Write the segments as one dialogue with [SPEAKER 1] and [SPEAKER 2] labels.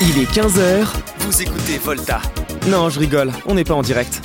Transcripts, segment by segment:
[SPEAKER 1] Il est 15h.
[SPEAKER 2] Vous écoutez Volta.
[SPEAKER 1] Non, je rigole, on n'est pas en direct.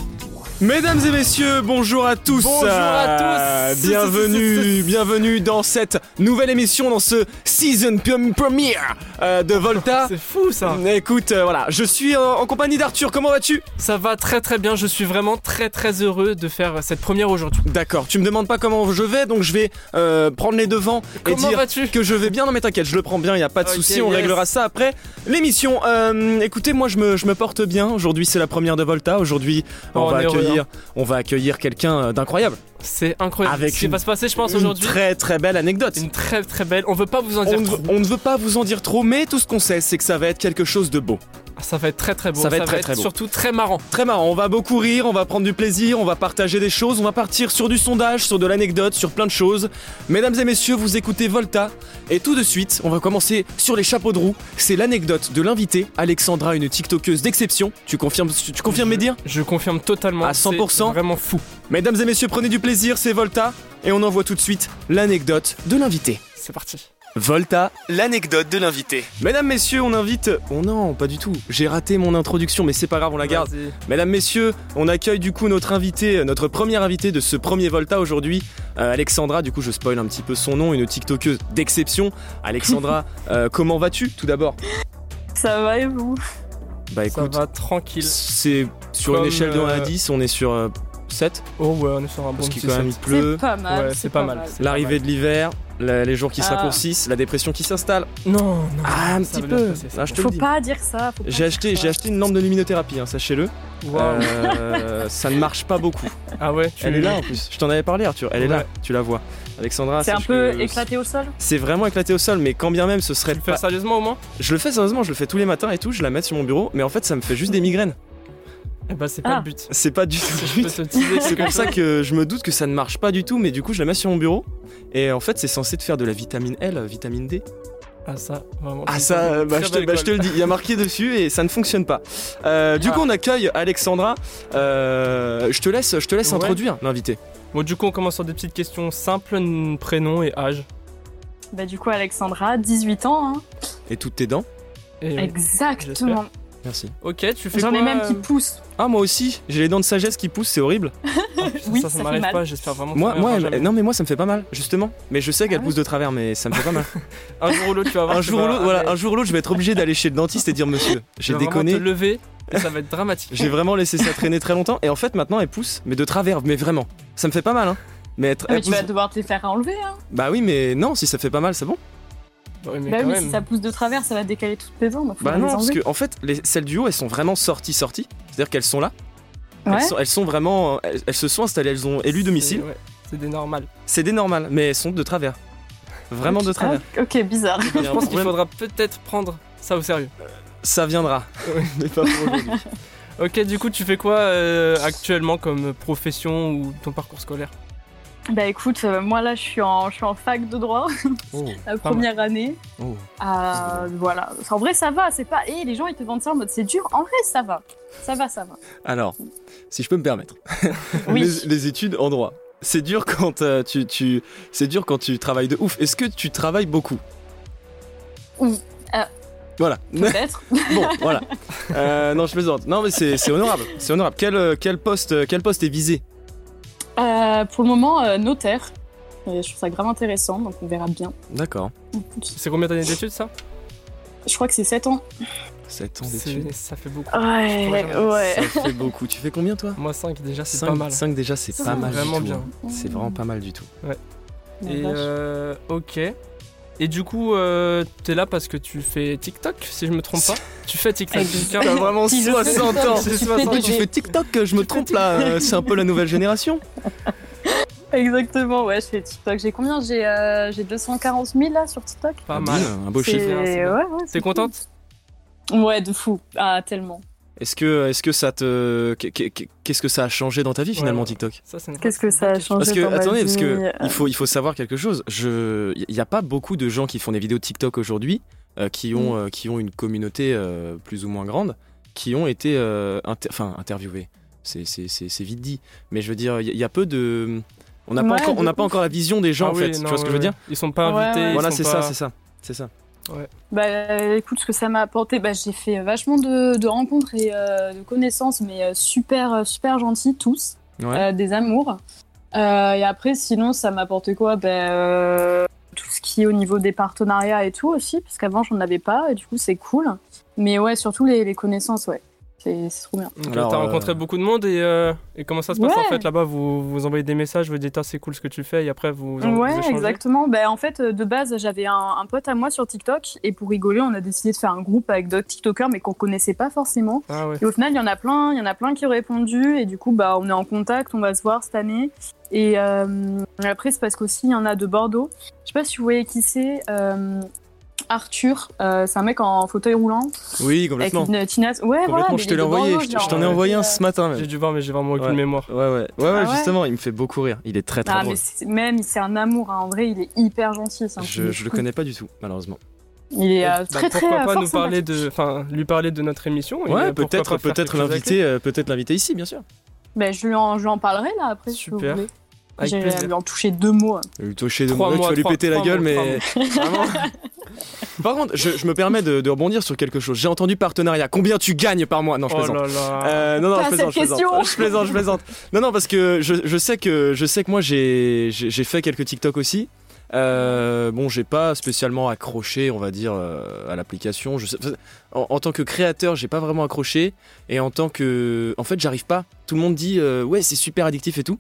[SPEAKER 1] Mesdames et messieurs, bonjour à tous. Euh,
[SPEAKER 3] Bonjour à tous.
[SPEAKER 1] Bienvenue, bienvenue dans cette nouvelle émission, dans ce season pum- premiere euh, de Volta.
[SPEAKER 3] C'est fou ça
[SPEAKER 1] Écoute, euh, voilà, je suis euh, en compagnie d'Arthur. Comment vas-tu
[SPEAKER 3] Ça va très très bien, je suis vraiment très très heureux de faire cette première aujourd'hui.
[SPEAKER 1] D'accord, tu me demandes pas comment je vais, donc je vais euh, prendre les devants et
[SPEAKER 3] Comment
[SPEAKER 1] dire
[SPEAKER 3] vas-tu
[SPEAKER 1] que je vais bien. Non mais t'inquiète, je le prends bien, il y a pas de
[SPEAKER 3] Ok,
[SPEAKER 1] souci, on
[SPEAKER 3] yes.
[SPEAKER 1] réglera ça après l'émission. Euh, écoutez, moi je me, je me porte bien. Aujourd'hui c'est la première de Volta. Aujourd'hui on,
[SPEAKER 3] Oh, On
[SPEAKER 1] va
[SPEAKER 3] est heureux, hein.
[SPEAKER 1] accueillir, on va accueillir quelqu'un euh, d'incroyable.
[SPEAKER 3] C'est incroyable
[SPEAKER 1] Avec
[SPEAKER 3] ce qui
[SPEAKER 1] une-
[SPEAKER 3] va se passer je pense
[SPEAKER 1] Une
[SPEAKER 3] aujourd'hui.
[SPEAKER 1] très très belle anecdote.
[SPEAKER 3] Une très très belle, on veut pas vous en dire
[SPEAKER 1] On, ne-
[SPEAKER 3] trop.
[SPEAKER 1] on ne veut pas vous en dire trop, mais tout ce qu'on sait, c'est que ça va être quelque chose de beau.
[SPEAKER 3] Ah, Ça va être très très beau,
[SPEAKER 1] Ça va être très, très beau.
[SPEAKER 3] surtout très marrant.
[SPEAKER 1] Très marrant, on va beaucoup rire, on va prendre du plaisir, on va partager des choses, on va partir sur du sondage, sur de l'anecdote, sur plein de choses. Mesdames et messieurs, vous écoutez Volta, et tout de suite, on va commencer sur les chapeaux de roue. C'est l'anecdote de l'invité, Alexandra, une TikTokeuse d'exception. Tu confirmes, tu tu confirmes mes dires
[SPEAKER 3] Je confirme totalement,
[SPEAKER 1] À
[SPEAKER 3] c'est
[SPEAKER 1] 100%.
[SPEAKER 3] vraiment fou.
[SPEAKER 1] Mesdames et messieurs, prenez du plaisir, c'est Volta, et on envoie tout de suite l'anecdote de l'invité.
[SPEAKER 3] C'est parti.
[SPEAKER 1] Volta,
[SPEAKER 2] L'anecdote de l'invité.
[SPEAKER 1] mesdames, messieurs, on invite. Oh non, pas du tout. J'ai raté mon introduction, mais c'est pas grave, on la garde.
[SPEAKER 3] Vas-y.
[SPEAKER 1] Mesdames, messieurs, on accueille du coup notre invité, euh, notre première invitée de ce premier Volta aujourd'hui, euh, Alexandra. Du coup, je spoil un petit peu son nom, une TikTokeuse d'exception. Alexandra, euh, comment vas-tu tout d'abord
[SPEAKER 4] Ça va et vous
[SPEAKER 1] Bah
[SPEAKER 3] Ça
[SPEAKER 1] écoute,
[SPEAKER 3] va tranquille.
[SPEAKER 1] c'est sur
[SPEAKER 3] Comme,
[SPEAKER 1] une échelle de 1 à
[SPEAKER 3] euh,
[SPEAKER 1] 10, on est sur euh, 7
[SPEAKER 3] Oh ouais, on est sur un bon
[SPEAKER 1] parce qu'il
[SPEAKER 3] petit
[SPEAKER 1] quand même il
[SPEAKER 3] set.
[SPEAKER 1] pleut.
[SPEAKER 4] C'est pas mal.
[SPEAKER 3] Ouais, c'est pas mal. C'est
[SPEAKER 1] L'arrivée de l'hiver, la- les jours qui se
[SPEAKER 4] Ah.
[SPEAKER 1] raccourcissent, la dépression qui s'installe.
[SPEAKER 3] Non, non.
[SPEAKER 1] Ah, un
[SPEAKER 3] ça
[SPEAKER 1] petit
[SPEAKER 3] va bien se
[SPEAKER 1] peu.
[SPEAKER 3] passer,
[SPEAKER 1] Ah,
[SPEAKER 3] ça va.
[SPEAKER 1] je te
[SPEAKER 4] Faut
[SPEAKER 1] le dis.
[SPEAKER 4] pas dire ça. faut pas
[SPEAKER 1] J'ai
[SPEAKER 4] dire
[SPEAKER 1] acheté,
[SPEAKER 4] ça.
[SPEAKER 1] j'ai acheté une lampe de luminothérapie, hein, sachez-le.
[SPEAKER 3] Waouh.
[SPEAKER 1] Euh, ça ne marche pas beaucoup.
[SPEAKER 3] Ah ouais, tu
[SPEAKER 1] Euh, Elle est là en plus. Je t'en avais parlé, Arthur. Elle est là.
[SPEAKER 3] Ouais.
[SPEAKER 1] Tu la vois. Alexandra,
[SPEAKER 4] C'est un
[SPEAKER 1] sache
[SPEAKER 4] peu
[SPEAKER 1] que
[SPEAKER 4] éclaté au sol
[SPEAKER 1] C'est vraiment éclaté au sol, mais quand bien même ce serait
[SPEAKER 3] Tu le fais
[SPEAKER 1] pas.
[SPEAKER 3] sérieusement au moins
[SPEAKER 1] Je le fais sérieusement, je le fais tous les matins et tout. Je la mets sur mon bureau, mais en fait, ça me fait juste des migraines.
[SPEAKER 3] Eh bah c'est pas
[SPEAKER 4] Ah.
[SPEAKER 3] le but.
[SPEAKER 1] C'est pas du tout.
[SPEAKER 3] Si
[SPEAKER 1] le
[SPEAKER 3] je peux
[SPEAKER 1] but.
[SPEAKER 3] te teaser
[SPEAKER 1] C'est
[SPEAKER 3] quelque
[SPEAKER 1] pour ça que je me doute que ça ne marche pas du tout, mais du coup, je la mets sur mon bureau. Et en fait, c'est censé te faire de la vitamine L, vitamine D.
[SPEAKER 3] Ah ça, vraiment.
[SPEAKER 1] Ah, ça, euh, bah,
[SPEAKER 3] Très
[SPEAKER 1] je, te,
[SPEAKER 3] belle
[SPEAKER 1] bah, je
[SPEAKER 3] colle.
[SPEAKER 1] te le dis, il y a marqué dessus et ça ne fonctionne pas. Euh, du
[SPEAKER 3] Ah.
[SPEAKER 1] coup, on accueille Alexandra. Euh, je te laisse, je te laisse
[SPEAKER 3] Ouais.
[SPEAKER 1] introduire l'invité.
[SPEAKER 3] Bon, du coup, on commence sur des petites questions simples, n- prénom et âge.
[SPEAKER 4] Bah du coup Alexandra, 18 ans. hein.
[SPEAKER 1] Et toutes tes dents.
[SPEAKER 3] Et oui.
[SPEAKER 4] Exactement.
[SPEAKER 1] Merci.
[SPEAKER 3] Ok, tu fais
[SPEAKER 4] J'en ai
[SPEAKER 3] quoi,
[SPEAKER 4] même
[SPEAKER 3] euh,
[SPEAKER 4] qui poussent.
[SPEAKER 1] Ah, moi aussi, j'ai les dents de sagesse qui poussent, c'est horrible.
[SPEAKER 3] Ah, putain,
[SPEAKER 4] Oui,
[SPEAKER 3] ça,
[SPEAKER 4] ça
[SPEAKER 3] ça
[SPEAKER 4] fait
[SPEAKER 3] m'arrive
[SPEAKER 4] mal.
[SPEAKER 3] pas, j'espère vraiment que
[SPEAKER 1] Moi,
[SPEAKER 3] ça m'arrivera
[SPEAKER 1] moi elle-
[SPEAKER 3] jamais.
[SPEAKER 1] non mais moi ça me fait pas mal justement. Mais je sais qu'elle
[SPEAKER 4] Ah ouais
[SPEAKER 1] pousse de travers, mais ça me fait pas mal.
[SPEAKER 3] Un jour ou l'autre, tu vas voir.
[SPEAKER 1] un
[SPEAKER 3] tu
[SPEAKER 1] jour ou
[SPEAKER 3] vas-
[SPEAKER 1] l'autre, voilà,
[SPEAKER 3] ouais.
[SPEAKER 1] un jour ou l'autre, je vais être obligé d'aller chez le dentiste et dire monsieur,
[SPEAKER 3] Tu
[SPEAKER 1] j'ai
[SPEAKER 3] vas vraiment
[SPEAKER 1] déconné.
[SPEAKER 3] te lever, et ça va être dramatique.
[SPEAKER 1] J'ai vraiment laissé ça traîner très longtemps et en fait maintenant elle pousse, mais de travers, mais vraiment. Ça me fait pas mal, hein. Mais, être,
[SPEAKER 4] Ah, mais
[SPEAKER 1] elle
[SPEAKER 4] tu vas
[SPEAKER 1] pousse-
[SPEAKER 4] devoir te les faire enlever. Hein.
[SPEAKER 1] bah oui, mais non, si ça fait pas mal, c'est bon.
[SPEAKER 3] Bah oui, mais
[SPEAKER 4] Bah oui,
[SPEAKER 3] quand
[SPEAKER 4] mais
[SPEAKER 3] même.
[SPEAKER 4] si ça pousse de travers, ça va décaler toutes tes dents. Donc faut
[SPEAKER 1] Bah
[SPEAKER 4] les
[SPEAKER 1] non, parce
[SPEAKER 4] enlever.
[SPEAKER 1] que en fait, les, celles du haut, elles sont vraiment sorties, sorties. C'est-à-dire qu'elles sont là.
[SPEAKER 4] Ouais.
[SPEAKER 1] Elles, sont, elles sont vraiment, elles, elles se sont installées, elles ont élu
[SPEAKER 3] C'est-
[SPEAKER 1] domicile.
[SPEAKER 3] ouais, C'est des normales.
[SPEAKER 1] C'est des normales, mais elles sont de travers. Vraiment de travers.
[SPEAKER 4] Ah, ok, bizarre.
[SPEAKER 1] Il y
[SPEAKER 3] Je
[SPEAKER 1] a un
[SPEAKER 3] pense qu'il
[SPEAKER 1] problème.
[SPEAKER 3] faudra peut-être prendre ça au sérieux.
[SPEAKER 1] Ça viendra. mais pas pour aujourd'hui.
[SPEAKER 3] Ok, du coup, tu fais quoi euh, actuellement comme profession ou ton parcours scolaire
[SPEAKER 4] Bah écoute, euh, moi là je suis en, je suis en fac de droit, la
[SPEAKER 3] Pas mal.
[SPEAKER 4] première année.
[SPEAKER 1] Oh.
[SPEAKER 4] Euh, voilà. En vrai ça va, c'est pas. Et les gens ils te vendent ça en mode c'est dur. En vrai ça va. Ça va, ça va.
[SPEAKER 1] Alors, si je peux me permettre,
[SPEAKER 4] Oui.
[SPEAKER 1] les, les études en droit, c'est dur quand euh, tu, tu- c'est dur quand tu travailles de ouf. Est-ce que tu travailles beaucoup
[SPEAKER 4] Oui, euh.
[SPEAKER 1] Voilà.
[SPEAKER 4] Peut-être.
[SPEAKER 1] bon, voilà. Euh, non, je plaisante. Non, mais c'est c'est honorable. C'est honorable. Quel, euh, quel poste, euh, quel poste est visé
[SPEAKER 4] Euh, pour le moment, euh, notaire. Et je trouve ça grave intéressant, donc on verra bien.
[SPEAKER 1] D'accord.
[SPEAKER 3] C'est combien d'années d'études ça
[SPEAKER 4] Je crois que c'est 7 ans.
[SPEAKER 1] 7 ans d'études.
[SPEAKER 3] C'est- Ça fait beaucoup.
[SPEAKER 4] Ouais,
[SPEAKER 1] Ça fait beaucoup. Tu fais combien toi
[SPEAKER 3] Moi, 5 déjà, c'est
[SPEAKER 1] 5,
[SPEAKER 3] pas mal.
[SPEAKER 1] déjà, c'est
[SPEAKER 4] Ça,
[SPEAKER 1] pas
[SPEAKER 4] c'est
[SPEAKER 1] mal. du
[SPEAKER 3] vraiment
[SPEAKER 1] tout,
[SPEAKER 3] bien.
[SPEAKER 1] hein. C'est vraiment pas mal du tout.
[SPEAKER 4] Oh
[SPEAKER 3] Et euh, ok. Et du coup, euh, t'es là parce que tu fais TikTok, si je me trompe pas. Tu fais TikTok.
[SPEAKER 4] Exact.
[SPEAKER 3] T'as vraiment
[SPEAKER 4] Si, je
[SPEAKER 3] 60
[SPEAKER 4] fais
[SPEAKER 3] ans.
[SPEAKER 4] TikTok.
[SPEAKER 3] C'est
[SPEAKER 4] Tu fais
[SPEAKER 3] 60
[SPEAKER 4] des-
[SPEAKER 3] ans.
[SPEAKER 1] Tu fais TikTok, je me trompe là. euh, C'est un peu la nouvelle génération.
[SPEAKER 4] Exactement, ouais, je fais TikTok. J'ai combien J'ai euh, j'ai 240 000 là sur TikTok.
[SPEAKER 1] Ah,
[SPEAKER 3] Pas mal.
[SPEAKER 1] Un beau
[SPEAKER 4] C'est-
[SPEAKER 1] chiffre.
[SPEAKER 3] hein, c'est
[SPEAKER 4] Ouais,
[SPEAKER 3] bien.
[SPEAKER 4] ouais,
[SPEAKER 3] T'es
[SPEAKER 4] c'est
[SPEAKER 3] contente
[SPEAKER 4] cool. Ouais, de fou. Ah, tellement.
[SPEAKER 1] Est-ce que, est-ce que ça te, qu'est- qu'est- qu'est-ce que ça a changé dans ta vie finalement
[SPEAKER 3] Ouais.
[SPEAKER 1] TikTok
[SPEAKER 3] Ça, c'est une
[SPEAKER 4] Qu'est-ce que ça a changé
[SPEAKER 1] Parce que
[SPEAKER 4] dans ma
[SPEAKER 1] attendez, parce
[SPEAKER 4] vie,
[SPEAKER 1] que
[SPEAKER 4] euh,
[SPEAKER 1] il faut, il faut savoir quelque chose. Je, il n'y a pas beaucoup de gens qui font des vidéos TikTok aujourd'hui, euh, qui
[SPEAKER 4] Mm.
[SPEAKER 1] ont, euh, qui ont une communauté euh, plus ou moins grande, qui ont été, euh, inter- enfin, interviewés. C'est, c'est, c'est, c'est vite dit. Mais je veux dire, il y a- il y, a peu de, on n'a pas
[SPEAKER 4] Ouais,
[SPEAKER 1] encore, on
[SPEAKER 4] de
[SPEAKER 1] n'a pas
[SPEAKER 4] ouf.
[SPEAKER 1] encore la vision des gens
[SPEAKER 3] Ah
[SPEAKER 1] en
[SPEAKER 3] oui,
[SPEAKER 1] fait.
[SPEAKER 3] non,
[SPEAKER 1] tu vois ce que je veux
[SPEAKER 3] ouais,
[SPEAKER 1] dire
[SPEAKER 3] ouais. Ils sont pas
[SPEAKER 4] Ouais,
[SPEAKER 3] invités.
[SPEAKER 4] ouais.
[SPEAKER 3] ils
[SPEAKER 1] Voilà,
[SPEAKER 3] sont
[SPEAKER 1] c'est
[SPEAKER 3] pas-
[SPEAKER 1] ça, c'est ça, c'est ça.
[SPEAKER 4] Bah euh, écoute, ce que ça m'a apporté, bah, j'ai fait vachement de, de rencontres et euh, de connaissances, mais euh, super, euh, super gentils tous,
[SPEAKER 1] Ouais.
[SPEAKER 4] Euh, des amours. Euh, et après, sinon, ça m'a apporté quoi bah, euh, Tout ce qui est au niveau des partenariats et tout aussi, parce qu'avant, j'en avais pas, et du coup, c'est cool. Mais ouais, surtout les, les connaissances, ouais. C'est c'est trop bien.
[SPEAKER 3] Donc,
[SPEAKER 1] Alors,
[SPEAKER 3] t'as
[SPEAKER 1] euh,
[SPEAKER 3] rencontré beaucoup de monde et, euh, et comment ça se passe en
[SPEAKER 4] Ouais.
[SPEAKER 3] fait là-bas vous, vous envoyez des messages, vous dites ah c'est cool ce que tu fais et après vous, en- vous
[SPEAKER 4] Ouais,
[SPEAKER 3] échangez.
[SPEAKER 4] exactement. Ben, en fait, euh, de base, j'avais un, un pote à moi sur TikTok et pour rigoler, on a décidé de faire un groupe avec d'autres TikTokers mais qu'on connaissait pas forcément.
[SPEAKER 3] Ah ouais.
[SPEAKER 4] Et au final, il y en a plein, il y en a plein qui ont répondu et du coup, bah, on est en contact, on va se voir cette année. Et euh, après, c'est parce qu'aussi, il y en a de Bordeaux. Je sais pas si vous voyez qui c'est. euh, Arthur, euh, c'est un mec en fauteuil roulant
[SPEAKER 1] Oui,
[SPEAKER 4] avec
[SPEAKER 1] complètement.
[SPEAKER 4] une tinasse. Ouais, voilà.
[SPEAKER 1] Complètement,
[SPEAKER 4] mais
[SPEAKER 1] je
[SPEAKER 4] il
[SPEAKER 1] te
[SPEAKER 4] est
[SPEAKER 1] l'ai
[SPEAKER 4] de
[SPEAKER 1] envoyé.
[SPEAKER 4] Bordeaux,
[SPEAKER 1] Je
[SPEAKER 4] genre,
[SPEAKER 1] je t'en ai
[SPEAKER 4] euh,
[SPEAKER 1] envoyé un
[SPEAKER 4] euh,
[SPEAKER 1] ce matin. même.
[SPEAKER 3] J'ai dû voir mais j'ai vraiment aucune
[SPEAKER 1] Ouais.
[SPEAKER 3] mémoire.
[SPEAKER 1] Ouais, ouais, ouais, ouais,
[SPEAKER 4] Ah ouais
[SPEAKER 1] justement, il me fait beaucoup rire. Il est très très
[SPEAKER 4] Ah, mais
[SPEAKER 1] drôle.
[SPEAKER 4] c'est- même, c'est un amour. hein. En vrai, il est hyper gentil. c'est un petit
[SPEAKER 1] Je, je le
[SPEAKER 4] fou.
[SPEAKER 1] connais pas du tout, malheureusement.
[SPEAKER 4] Il est
[SPEAKER 3] Et,
[SPEAKER 4] euh,
[SPEAKER 3] bah,
[SPEAKER 4] très très.
[SPEAKER 3] pourquoi
[SPEAKER 4] euh,
[SPEAKER 3] pas
[SPEAKER 4] fort
[SPEAKER 3] nous parler
[SPEAKER 4] sympathique.
[SPEAKER 3] de, enfin lui parler de notre émission. et,
[SPEAKER 1] Ouais,
[SPEAKER 3] euh, pourquoi
[SPEAKER 1] peut-être
[SPEAKER 3] pas faire
[SPEAKER 1] peut-être
[SPEAKER 3] quelque chose avec lui.
[SPEAKER 1] l'inviter, euh, peut-être l'inviter ici, bien sûr.
[SPEAKER 4] Ben, je, lui en, je lui en parlerai là après. si vous
[SPEAKER 3] Super.
[SPEAKER 4] voulez.
[SPEAKER 3] Avec
[SPEAKER 4] J'ai
[SPEAKER 3] plaisir.
[SPEAKER 4] lui en touché deux mots.
[SPEAKER 1] Lui toucher de
[SPEAKER 3] Ah, Trois
[SPEAKER 1] mots, tu
[SPEAKER 3] mois,
[SPEAKER 1] vas lui
[SPEAKER 3] trois-
[SPEAKER 1] péter la
[SPEAKER 3] trois
[SPEAKER 1] gueule,
[SPEAKER 3] mots,
[SPEAKER 1] mais vraiment. Par contre, je, je me permets de, de rebondir sur quelque chose. J'ai entendu partenariat. Combien tu gagnes par mois Non, je
[SPEAKER 3] Oh
[SPEAKER 1] plaisante.
[SPEAKER 3] là là.
[SPEAKER 1] Euh, non, non,
[SPEAKER 4] Pas
[SPEAKER 1] je plaisante, je
[SPEAKER 4] cette
[SPEAKER 1] plaisante.
[SPEAKER 4] question.
[SPEAKER 1] Je plaisante, je plaisante. Non, non, parce que je, je sais que je sais que moi j'ai j'ai j'ai fait quelques TikTok aussi. Euh, bon, j'ai pas spécialement accroché, on va dire, euh, à l'application. Je sais- en, en tant que créateur, j'ai pas vraiment accroché. Et en tant que, en fait, j'arrive pas. Tout le monde dit euh, ouais, c'est super addictif et tout.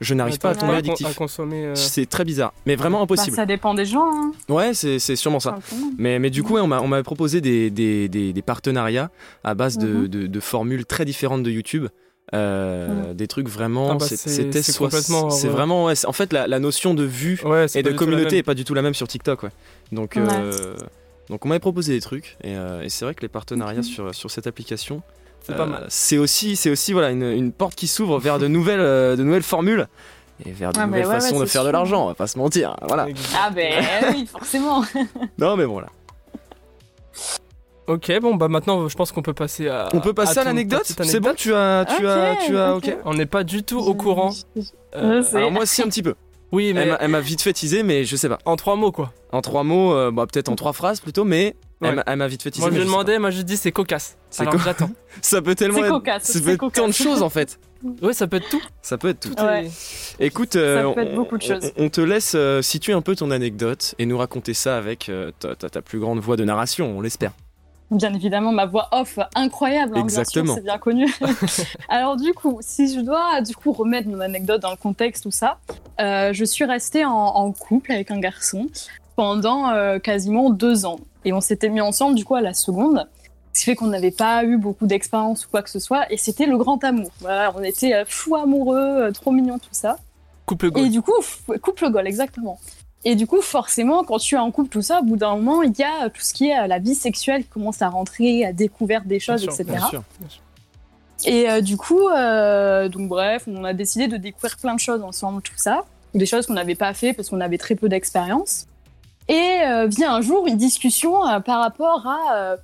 [SPEAKER 1] Je n'arrive pas à
[SPEAKER 3] Attends,
[SPEAKER 1] tomber
[SPEAKER 3] à con- À
[SPEAKER 1] addictif.
[SPEAKER 3] consommer. euh,
[SPEAKER 1] C'est très bizarre, mais vraiment
[SPEAKER 4] Bah,
[SPEAKER 1] impossible.
[SPEAKER 4] ça dépend des gens. Hein,
[SPEAKER 1] Ouais, c'est c'est sûrement ça.
[SPEAKER 4] simplement.
[SPEAKER 1] Mais, mais du coup, ouais, on m'a- on m'avait proposé des, des, des- des partenariats à base de,
[SPEAKER 4] Mhm.
[SPEAKER 1] de- de formules très différentes de YouTube. Euh, Des trucs vraiment.
[SPEAKER 3] Ah bah,
[SPEAKER 1] c'est-
[SPEAKER 3] c'est-
[SPEAKER 1] C'était
[SPEAKER 3] c'est
[SPEAKER 1] soit-
[SPEAKER 3] complètement,
[SPEAKER 1] C'est
[SPEAKER 3] ouais.
[SPEAKER 1] vraiment. ouais, c'est- en fait, la, la notion de vue
[SPEAKER 3] Ouais, c'est
[SPEAKER 1] et
[SPEAKER 3] pas
[SPEAKER 1] de
[SPEAKER 3] du tout la
[SPEAKER 1] communauté
[SPEAKER 3] même.
[SPEAKER 1] est pas du tout la même sur TikTok. Ouais. Donc,
[SPEAKER 4] Ouais.
[SPEAKER 1] euh, donc on m'avait proposé des trucs. Et, euh, et c'est vrai que les partenariats
[SPEAKER 4] Mhm.
[SPEAKER 1] sur, sur cette application.
[SPEAKER 3] C'est pas
[SPEAKER 1] euh,
[SPEAKER 3] mal.
[SPEAKER 1] C'est aussi, c'est aussi voilà, une, une porte qui s'ouvre vers de nouvelles, euh, de nouvelles formules et vers de
[SPEAKER 4] Ah, mais
[SPEAKER 1] nouvelles
[SPEAKER 4] ouais, ouais,
[SPEAKER 1] façons de
[SPEAKER 4] c'est
[SPEAKER 1] faire de
[SPEAKER 4] sûr.
[SPEAKER 1] l'argent. On va pas se mentir. hein, Voilà.
[SPEAKER 4] Ah ben oui, forcément.
[SPEAKER 1] Non, mais bon, là.
[SPEAKER 3] Ok, bon bah maintenant je pense qu'on peut passer à.
[SPEAKER 1] On peut passer à
[SPEAKER 3] ton
[SPEAKER 1] l'anecdote
[SPEAKER 3] petite
[SPEAKER 1] C'est bon, tu as. Tu
[SPEAKER 4] Ok,
[SPEAKER 1] as, tu as
[SPEAKER 4] ok.
[SPEAKER 1] ok.
[SPEAKER 3] On n'est pas du tout au courant. Euh,
[SPEAKER 4] Je sais.
[SPEAKER 1] Alors moi si un petit peu.
[SPEAKER 3] Oui,
[SPEAKER 1] Elle
[SPEAKER 3] mais
[SPEAKER 1] Eh m'a- elle m'a vite fait teaser, mais je sais pas.
[SPEAKER 3] en trois mots quoi.
[SPEAKER 1] En trois mots, euh, bah, peut-être en trois phrases plutôt, mais elle
[SPEAKER 3] Ouais.
[SPEAKER 1] m'a- elle m'a vite fait teaser.
[SPEAKER 3] Moi je
[SPEAKER 1] mais
[SPEAKER 3] lui
[SPEAKER 1] je sais
[SPEAKER 3] demandais, moi je dis c'est cocasse.
[SPEAKER 1] C'est
[SPEAKER 3] Alors
[SPEAKER 1] co-
[SPEAKER 3] j'attends.
[SPEAKER 1] pas. Ça peut tellement
[SPEAKER 4] C'est
[SPEAKER 1] être,
[SPEAKER 4] cocasse,
[SPEAKER 1] ça
[SPEAKER 4] c'est
[SPEAKER 1] peut être
[SPEAKER 4] cocasse.
[SPEAKER 1] tant de choses en fait.
[SPEAKER 3] Ouais, ça peut être tout.
[SPEAKER 1] Ça peut être tout.
[SPEAKER 3] Tout est-
[SPEAKER 4] Ouais.
[SPEAKER 1] Écoute, euh,
[SPEAKER 4] peut être
[SPEAKER 1] on-
[SPEAKER 4] beaucoup de choses.
[SPEAKER 1] On, on te laisse euh, situer un peu ton anecdote et nous raconter ça avec euh, ta, ta- ta plus grande voix de narration, on l'espère.
[SPEAKER 4] Bien évidemment, ma voix off incroyable. hein, bien sûr,
[SPEAKER 1] Exactement.
[SPEAKER 4] c'est bien connu. Alors du coup, si je dois du coup remettre mon anecdote dans le contexte tout ça, euh, je suis restée en, en couple avec un garçon pendant euh, quasiment deux ans et on s'était mis ensemble du coup à la seconde. Ce qui fait qu'on n'avait pas eu beaucoup d'expérience ou quoi que ce soit, et c'était le grand amour. Voilà, on était euh, fous amoureux, euh, trop mignons, tout ça.
[SPEAKER 3] Couple
[SPEAKER 4] Et
[SPEAKER 3] gauche.
[SPEAKER 4] du coup, f- couple goal, exactement. Et du coup, forcément, quand tu es en couple, tout ça, au bout d'un moment, il y a euh, tout ce qui est euh, la vie sexuelle qui commence à rentrer, à découverte des choses,
[SPEAKER 3] sûr,
[SPEAKER 4] etc.
[SPEAKER 1] Bien sûr.
[SPEAKER 4] Et euh, du coup, euh, donc bref, on a décidé de découvrir plein de choses ensemble, tout ça, des choses qu'on n'avait pas fait parce qu'on avait très peu d'expérience. Et euh, vient un jour une discussion euh, par rapport à. euh,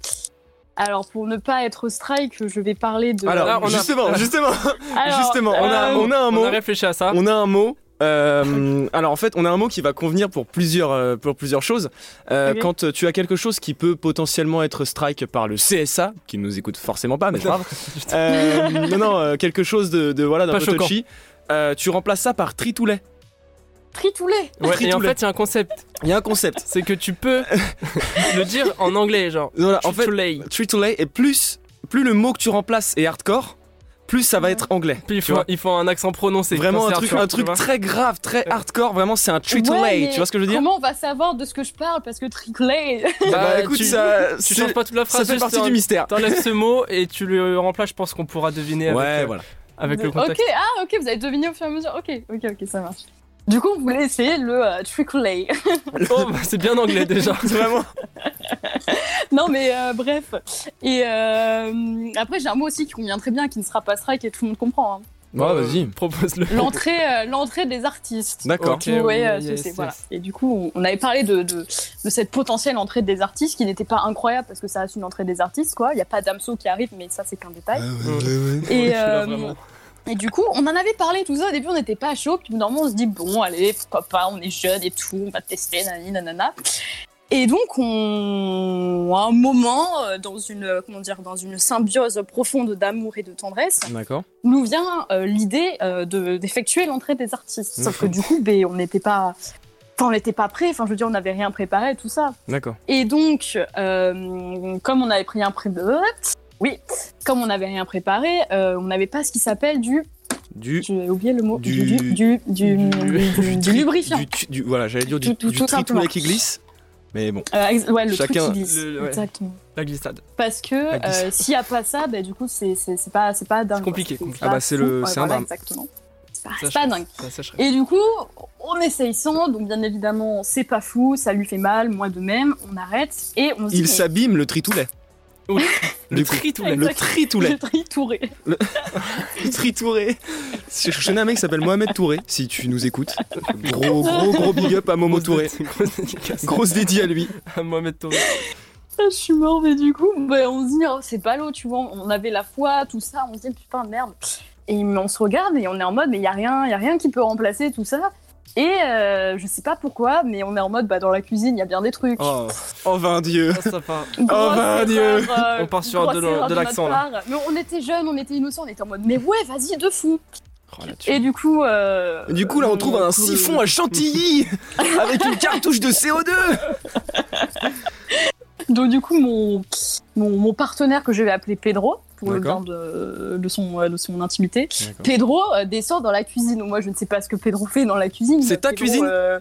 [SPEAKER 4] alors, pour ne pas être au strike, je vais parler de.
[SPEAKER 1] Alors,
[SPEAKER 3] Là, on a-
[SPEAKER 1] justement, justement,
[SPEAKER 4] Alors,
[SPEAKER 1] justement, on a,
[SPEAKER 4] euh,
[SPEAKER 1] on a un mot.
[SPEAKER 3] On a réfléchi à ça.
[SPEAKER 1] On a un mot. euh, alors en fait, on a un mot qui va convenir pour plusieurs, euh, pour plusieurs choses. Euh,
[SPEAKER 4] Ok.
[SPEAKER 1] Quand euh, tu as quelque chose qui peut potentiellement être strike par le CSA, qui ne nous écoute forcément pas, mais c'est pas grave. Euh, non, non, euh, quelque chose de, de- voilà d'un
[SPEAKER 3] Pas
[SPEAKER 1] peu
[SPEAKER 3] choquant.
[SPEAKER 1] touchy. Euh, tu remplaces ça par tritoulet.
[SPEAKER 4] euh, Tritoulé
[SPEAKER 3] Ouais, et en
[SPEAKER 1] Tritoulette.
[SPEAKER 3] fait, il y a un concept,
[SPEAKER 1] Il y a un concept.
[SPEAKER 3] c'est que tu peux le dire en anglais, genre.
[SPEAKER 1] Voilà, en fait,
[SPEAKER 3] Tritoulet.
[SPEAKER 1] tritoulet et plus plus le mot que tu remplaces est hardcore, plus ça va être anglais.
[SPEAKER 3] Puis il
[SPEAKER 1] Tu
[SPEAKER 3] faut,
[SPEAKER 1] vois.
[SPEAKER 3] il faut un accent prononcé.
[SPEAKER 1] Vraiment
[SPEAKER 3] quand
[SPEAKER 1] un
[SPEAKER 3] c'est
[SPEAKER 1] truc,
[SPEAKER 3] hardcore,
[SPEAKER 1] un
[SPEAKER 3] tu
[SPEAKER 1] truc
[SPEAKER 3] vois.
[SPEAKER 1] très grave, très hardcore. Vraiment, c'est un tritoulet.
[SPEAKER 4] Ouais, mais
[SPEAKER 1] tu vois ce que je veux dire
[SPEAKER 4] Comment on va savoir de ce que je parle Parce que tritoulé
[SPEAKER 1] Bah,
[SPEAKER 3] Bah,
[SPEAKER 1] écoute,
[SPEAKER 3] tu-
[SPEAKER 1] ça,
[SPEAKER 3] Tu
[SPEAKER 1] c'est-
[SPEAKER 3] changes pas toute la
[SPEAKER 1] ça
[SPEAKER 3] phrase,
[SPEAKER 1] fait
[SPEAKER 3] juste
[SPEAKER 1] partie
[SPEAKER 3] un-
[SPEAKER 1] du mystère.
[SPEAKER 3] T'enlèves ce mot et tu le remplaces, je pense qu'on pourra deviner
[SPEAKER 1] Ouais,
[SPEAKER 3] avec, euh,
[SPEAKER 1] voilà.
[SPEAKER 3] avec le
[SPEAKER 4] Ok,
[SPEAKER 3] contexte.
[SPEAKER 4] ah ok, vous avez deviné au fur et à mesure. Ok, ok, ok, ça marche. Du coup, on voulait essayer le euh, tricolay.
[SPEAKER 3] Oh, bah, c'est bien anglais déjà.
[SPEAKER 1] Vraiment.
[SPEAKER 4] non mais euh, bref. Et euh, après, j'ai un mot aussi qui convient très bien, qui ne sera pas strike et tout le monde comprend. hein.
[SPEAKER 1] Bah,
[SPEAKER 3] Euh,
[SPEAKER 1] vas-y.
[SPEAKER 3] Propose-le.
[SPEAKER 4] L'entrée, euh, l'entrée des artistes.
[SPEAKER 1] D'accord.
[SPEAKER 3] Ok,
[SPEAKER 4] Qui, ouais,
[SPEAKER 3] oui,
[SPEAKER 4] euh,
[SPEAKER 3] yes,
[SPEAKER 4] ce que c'est,
[SPEAKER 3] yes.
[SPEAKER 4] voilà. Et du coup, on avait parlé de, de, de cette potentielle entrée des artistes qui n'était pas incroyable parce que ça reste une entrée des artistes, quoi. Il n'y a pas d'Amso qui arrive, mais ça, c'est qu'un détail.
[SPEAKER 3] Je
[SPEAKER 4] Et,
[SPEAKER 3] suis là,
[SPEAKER 4] euh,
[SPEAKER 3] vraiment.
[SPEAKER 4] Et du coup, on en avait parlé tout ça. Au début, on n'était pas chaud. Puis normalement, on se dit bon, allez, pourquoi pas On est jeune et tout, on va tester, nanani, nanana. Et donc, on, à un moment, euh, dans une, comment dire, dans une symbiose profonde d'amour et de tendresse,
[SPEAKER 1] D'accord.
[SPEAKER 4] nous vient euh, l'idée euh, de- d'effectuer l'entrée des artistes. Sauf que du coup, ben, on n'était pas, enfin, on n'était pas prêt. Enfin, je veux dire, on n'avait rien préparé, tout ça.
[SPEAKER 1] D'accord.
[SPEAKER 4] Et donc, euh, comme on avait pris un pré- oui, comme on n'avait rien préparé, euh, on n'avait pas ce qui s'appelle du,
[SPEAKER 1] Du.
[SPEAKER 4] j'ai oublié le mot,
[SPEAKER 1] Du-
[SPEAKER 4] du, du, du, du- du
[SPEAKER 1] tri-
[SPEAKER 4] lubrifiant.
[SPEAKER 1] du tri- du- voilà, j'allais dire du,
[SPEAKER 4] Tout- tout-
[SPEAKER 1] du
[SPEAKER 4] tout
[SPEAKER 1] tritoulé
[SPEAKER 4] simplement.
[SPEAKER 1] qui glisse. Mais bon.
[SPEAKER 4] Euh, ex- ouais, le
[SPEAKER 1] Chacun-
[SPEAKER 4] truc qui glisse.
[SPEAKER 3] le- ouais.
[SPEAKER 4] Exactement.
[SPEAKER 3] La glissade.
[SPEAKER 4] Parce que
[SPEAKER 1] La glisse.
[SPEAKER 4] euh, s'il n'y a pas ça, bah, du coup, c'est c'est- c'est pas, c'est pas dingue.
[SPEAKER 3] C'est compliqué,
[SPEAKER 4] quoi.
[SPEAKER 3] compliqué.
[SPEAKER 1] Ah
[SPEAKER 4] pas
[SPEAKER 1] bah, c'est
[SPEAKER 4] fou.
[SPEAKER 1] le-
[SPEAKER 4] Ouais,
[SPEAKER 1] c'est un
[SPEAKER 4] voilà,
[SPEAKER 1] drame.
[SPEAKER 4] Exactement. C'est pas,
[SPEAKER 3] Ça,
[SPEAKER 4] c'est
[SPEAKER 3] je-
[SPEAKER 4] pas dingue.
[SPEAKER 3] Ça, ça, je serais-
[SPEAKER 4] Et du coup, on essaye sans, donc bien évidemment, c'est pas fou, ça lui fait mal, moi de même, on arrête et on se dit.
[SPEAKER 1] Il s'abîme le tritoulet.
[SPEAKER 3] Oui.
[SPEAKER 1] Du
[SPEAKER 3] Le
[SPEAKER 1] coup,
[SPEAKER 3] tritoulet.
[SPEAKER 1] le tritoulet.
[SPEAKER 4] J'ai tritouré.
[SPEAKER 1] Tri Touré. Je connais un mec qui s'appelle Mohamed Touré, si tu nous écoutes. Gros, gros, gros big up à Momo
[SPEAKER 3] Grosse
[SPEAKER 1] Touré.
[SPEAKER 3] dé- grosse dédicace
[SPEAKER 1] Grosse dédie à lui.
[SPEAKER 3] à Mohamed Touré.
[SPEAKER 4] Ah, Je suis mort, mais du coup, bah, on se dit, oh, c'est pas l'eau, tu vois, on avait la foi, tout ça, on se dit, putain, merde. Et on se regarde et on est en mode, mais il n'y a, rien- y a rien qui peut remplacer tout ça. Et euh, je sais pas pourquoi, mais on est en mode, bah, dans la cuisine, il y a bien des trucs.
[SPEAKER 1] Oh, oh vain Dieu.
[SPEAKER 3] Ah, ça part.
[SPEAKER 4] Grosse
[SPEAKER 1] mon Dieu.
[SPEAKER 4] erreur, euh,
[SPEAKER 3] On part sur
[SPEAKER 4] grosse
[SPEAKER 3] de l'en-
[SPEAKER 4] erreur
[SPEAKER 3] de
[SPEAKER 4] notre
[SPEAKER 3] l'accent, là.
[SPEAKER 4] part. Mais on était jeunes, on était innocents, on était en mode mais ouais, vas-y, de fou.
[SPEAKER 1] Oh, là, tu-
[SPEAKER 4] Et du coup. euh,
[SPEAKER 1] Du coup, là, on trouve un siphon à chantilly avec une cartouche de CO2.
[SPEAKER 4] Donc, du coup, mon, mon, mon partenaire que je vais appeler Pedro, pour le
[SPEAKER 1] D'accord.
[SPEAKER 4] bien de, de son, de son intimité, Pedro euh, descend dans la cuisine. Moi, je ne sais pas ce que Pedro fait dans la cuisine.
[SPEAKER 1] C'est ta
[SPEAKER 4] Pedro,
[SPEAKER 1] cuisine
[SPEAKER 4] euh,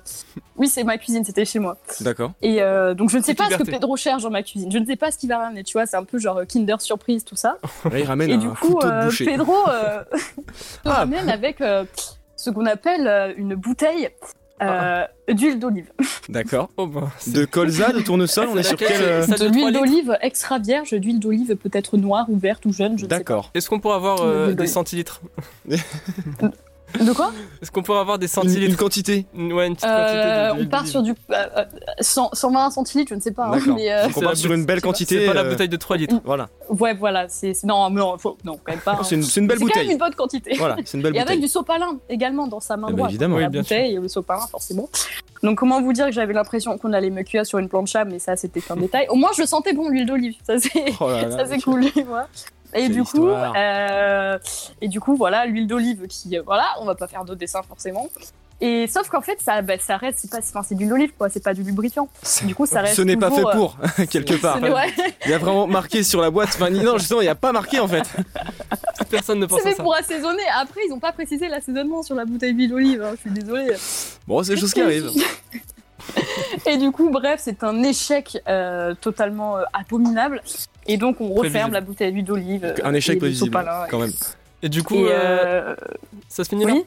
[SPEAKER 4] Oui, c'est ma cuisine, c'était chez moi.
[SPEAKER 1] D'accord.
[SPEAKER 4] Et euh, donc, je ne sais
[SPEAKER 3] Petite
[SPEAKER 4] pas ce que
[SPEAKER 3] liberté.
[SPEAKER 4] Pedro cherche dans ma cuisine. Je ne sais pas ce qu'il va ramener, tu vois, c'est un peu genre euh, Kinder Surprise, tout ça.
[SPEAKER 1] Là, il ramène
[SPEAKER 4] Et
[SPEAKER 1] un
[SPEAKER 4] du coup,
[SPEAKER 1] couteau Oh, de
[SPEAKER 4] euh,
[SPEAKER 1] boucher.
[SPEAKER 4] Pedro euh, nous
[SPEAKER 1] Ah.
[SPEAKER 4] ramène avec euh, ce qu'on appelle euh, une bouteille euh,
[SPEAKER 1] Ah.
[SPEAKER 4] d'huile d'olive.
[SPEAKER 1] D'accord.
[SPEAKER 3] Oh ben, c'est-
[SPEAKER 1] De colza, de tournesol, on est sur
[SPEAKER 3] Laquelle-
[SPEAKER 1] quel. euh,
[SPEAKER 3] ça
[SPEAKER 4] De
[SPEAKER 3] doit être trois
[SPEAKER 4] l'huile
[SPEAKER 3] litres.
[SPEAKER 4] d'olive extra vierge, d'huile d'olive peut-être noire ou verte ou jaune, je ne sais pas.
[SPEAKER 1] D'accord.
[SPEAKER 3] Est-ce qu'on pourrait avoir euh,
[SPEAKER 4] Le- le-
[SPEAKER 3] des centilitres
[SPEAKER 4] De quoi
[SPEAKER 3] Est-ce qu'on pourrait avoir des
[SPEAKER 1] Une, une
[SPEAKER 3] centilitres
[SPEAKER 1] quantité.
[SPEAKER 3] Ouais, une petite
[SPEAKER 4] Euh,
[SPEAKER 3] quantité de-
[SPEAKER 4] On part sur du euh, euh, 100 120 centilitres, je ne sais pas. hein,
[SPEAKER 1] D'accord.
[SPEAKER 4] mais, euh,
[SPEAKER 1] Donc, on
[SPEAKER 3] C'est la
[SPEAKER 1] part sur une belle
[SPEAKER 4] c'est pas-
[SPEAKER 1] quantité.
[SPEAKER 3] C'est pas la
[SPEAKER 1] euh,
[SPEAKER 3] bouteille de 3 litres.
[SPEAKER 1] Voilà.
[SPEAKER 4] ouais, voilà. C'est c'est- non, mais non, faut- non, quand même pas. hein.
[SPEAKER 1] C'est une, c'est une belle
[SPEAKER 4] C'est quand même
[SPEAKER 1] bouteille.
[SPEAKER 4] une bonne quantité.
[SPEAKER 1] Voilà, c'est une belle
[SPEAKER 4] Et avec
[SPEAKER 1] bouteille.
[SPEAKER 4] du sopalin également dans sa main
[SPEAKER 1] Eh ben,
[SPEAKER 4] droite. hein,
[SPEAKER 1] évidemment.
[SPEAKER 4] la
[SPEAKER 3] Oui, bien sûr.
[SPEAKER 4] bouteille et le sopalin, forcément. Donc, comment vous dire que j'avais l'impression qu'on allait me cuire sur une plancha, mais ça, c'était un détail. Au moins, je le sentais bon, l'huile d'olive. Ça, c'est
[SPEAKER 1] Oh là là.
[SPEAKER 4] ça, c'est cool, tu vois. Et
[SPEAKER 1] Quelle
[SPEAKER 4] du, coup,
[SPEAKER 1] histoire.
[SPEAKER 4] euh, et du coup, voilà, l'huile d'olive qui. euh, voilà, on va pas faire de dessin forcément. Et sauf qu'en fait, ça, bah, ça reste. C'est pas, enfin, c'est d'huile d'olive, quoi, c'est pas du lubrifiant. Du coup, ça reste.
[SPEAKER 1] Ce n'est pas fait
[SPEAKER 4] toujours, euh,
[SPEAKER 1] pour, quelque
[SPEAKER 3] c'est-
[SPEAKER 1] part.
[SPEAKER 4] ce n'est- ouais,
[SPEAKER 1] Il y a vraiment marqué sur la boîte. Enfin, non, justement, il n'y a pas marqué en fait.
[SPEAKER 3] Personne ne pense
[SPEAKER 4] c'est
[SPEAKER 3] à
[SPEAKER 4] fait
[SPEAKER 3] ça.
[SPEAKER 4] pour assaisonner. Après, ils ont pas précisé l'assaisonnement sur la bouteille d'huile d'olive, hein, je suis désolée.
[SPEAKER 1] Bon, c'est des choses qui arrivent.
[SPEAKER 4] Et du coup, bref, c'est un échec euh, totalement euh, abominable. Et donc, on referme
[SPEAKER 3] Prévisible.
[SPEAKER 4] la bouteille d'huile d'olive. euh,
[SPEAKER 1] Un
[SPEAKER 4] et
[SPEAKER 1] échec
[SPEAKER 4] le
[SPEAKER 1] prévisible,
[SPEAKER 4] sopalin, ouais.
[SPEAKER 1] quand même.
[SPEAKER 3] Et du coup,
[SPEAKER 4] Et,
[SPEAKER 3] euh,
[SPEAKER 4] euh,
[SPEAKER 3] ça se finit là
[SPEAKER 4] oui.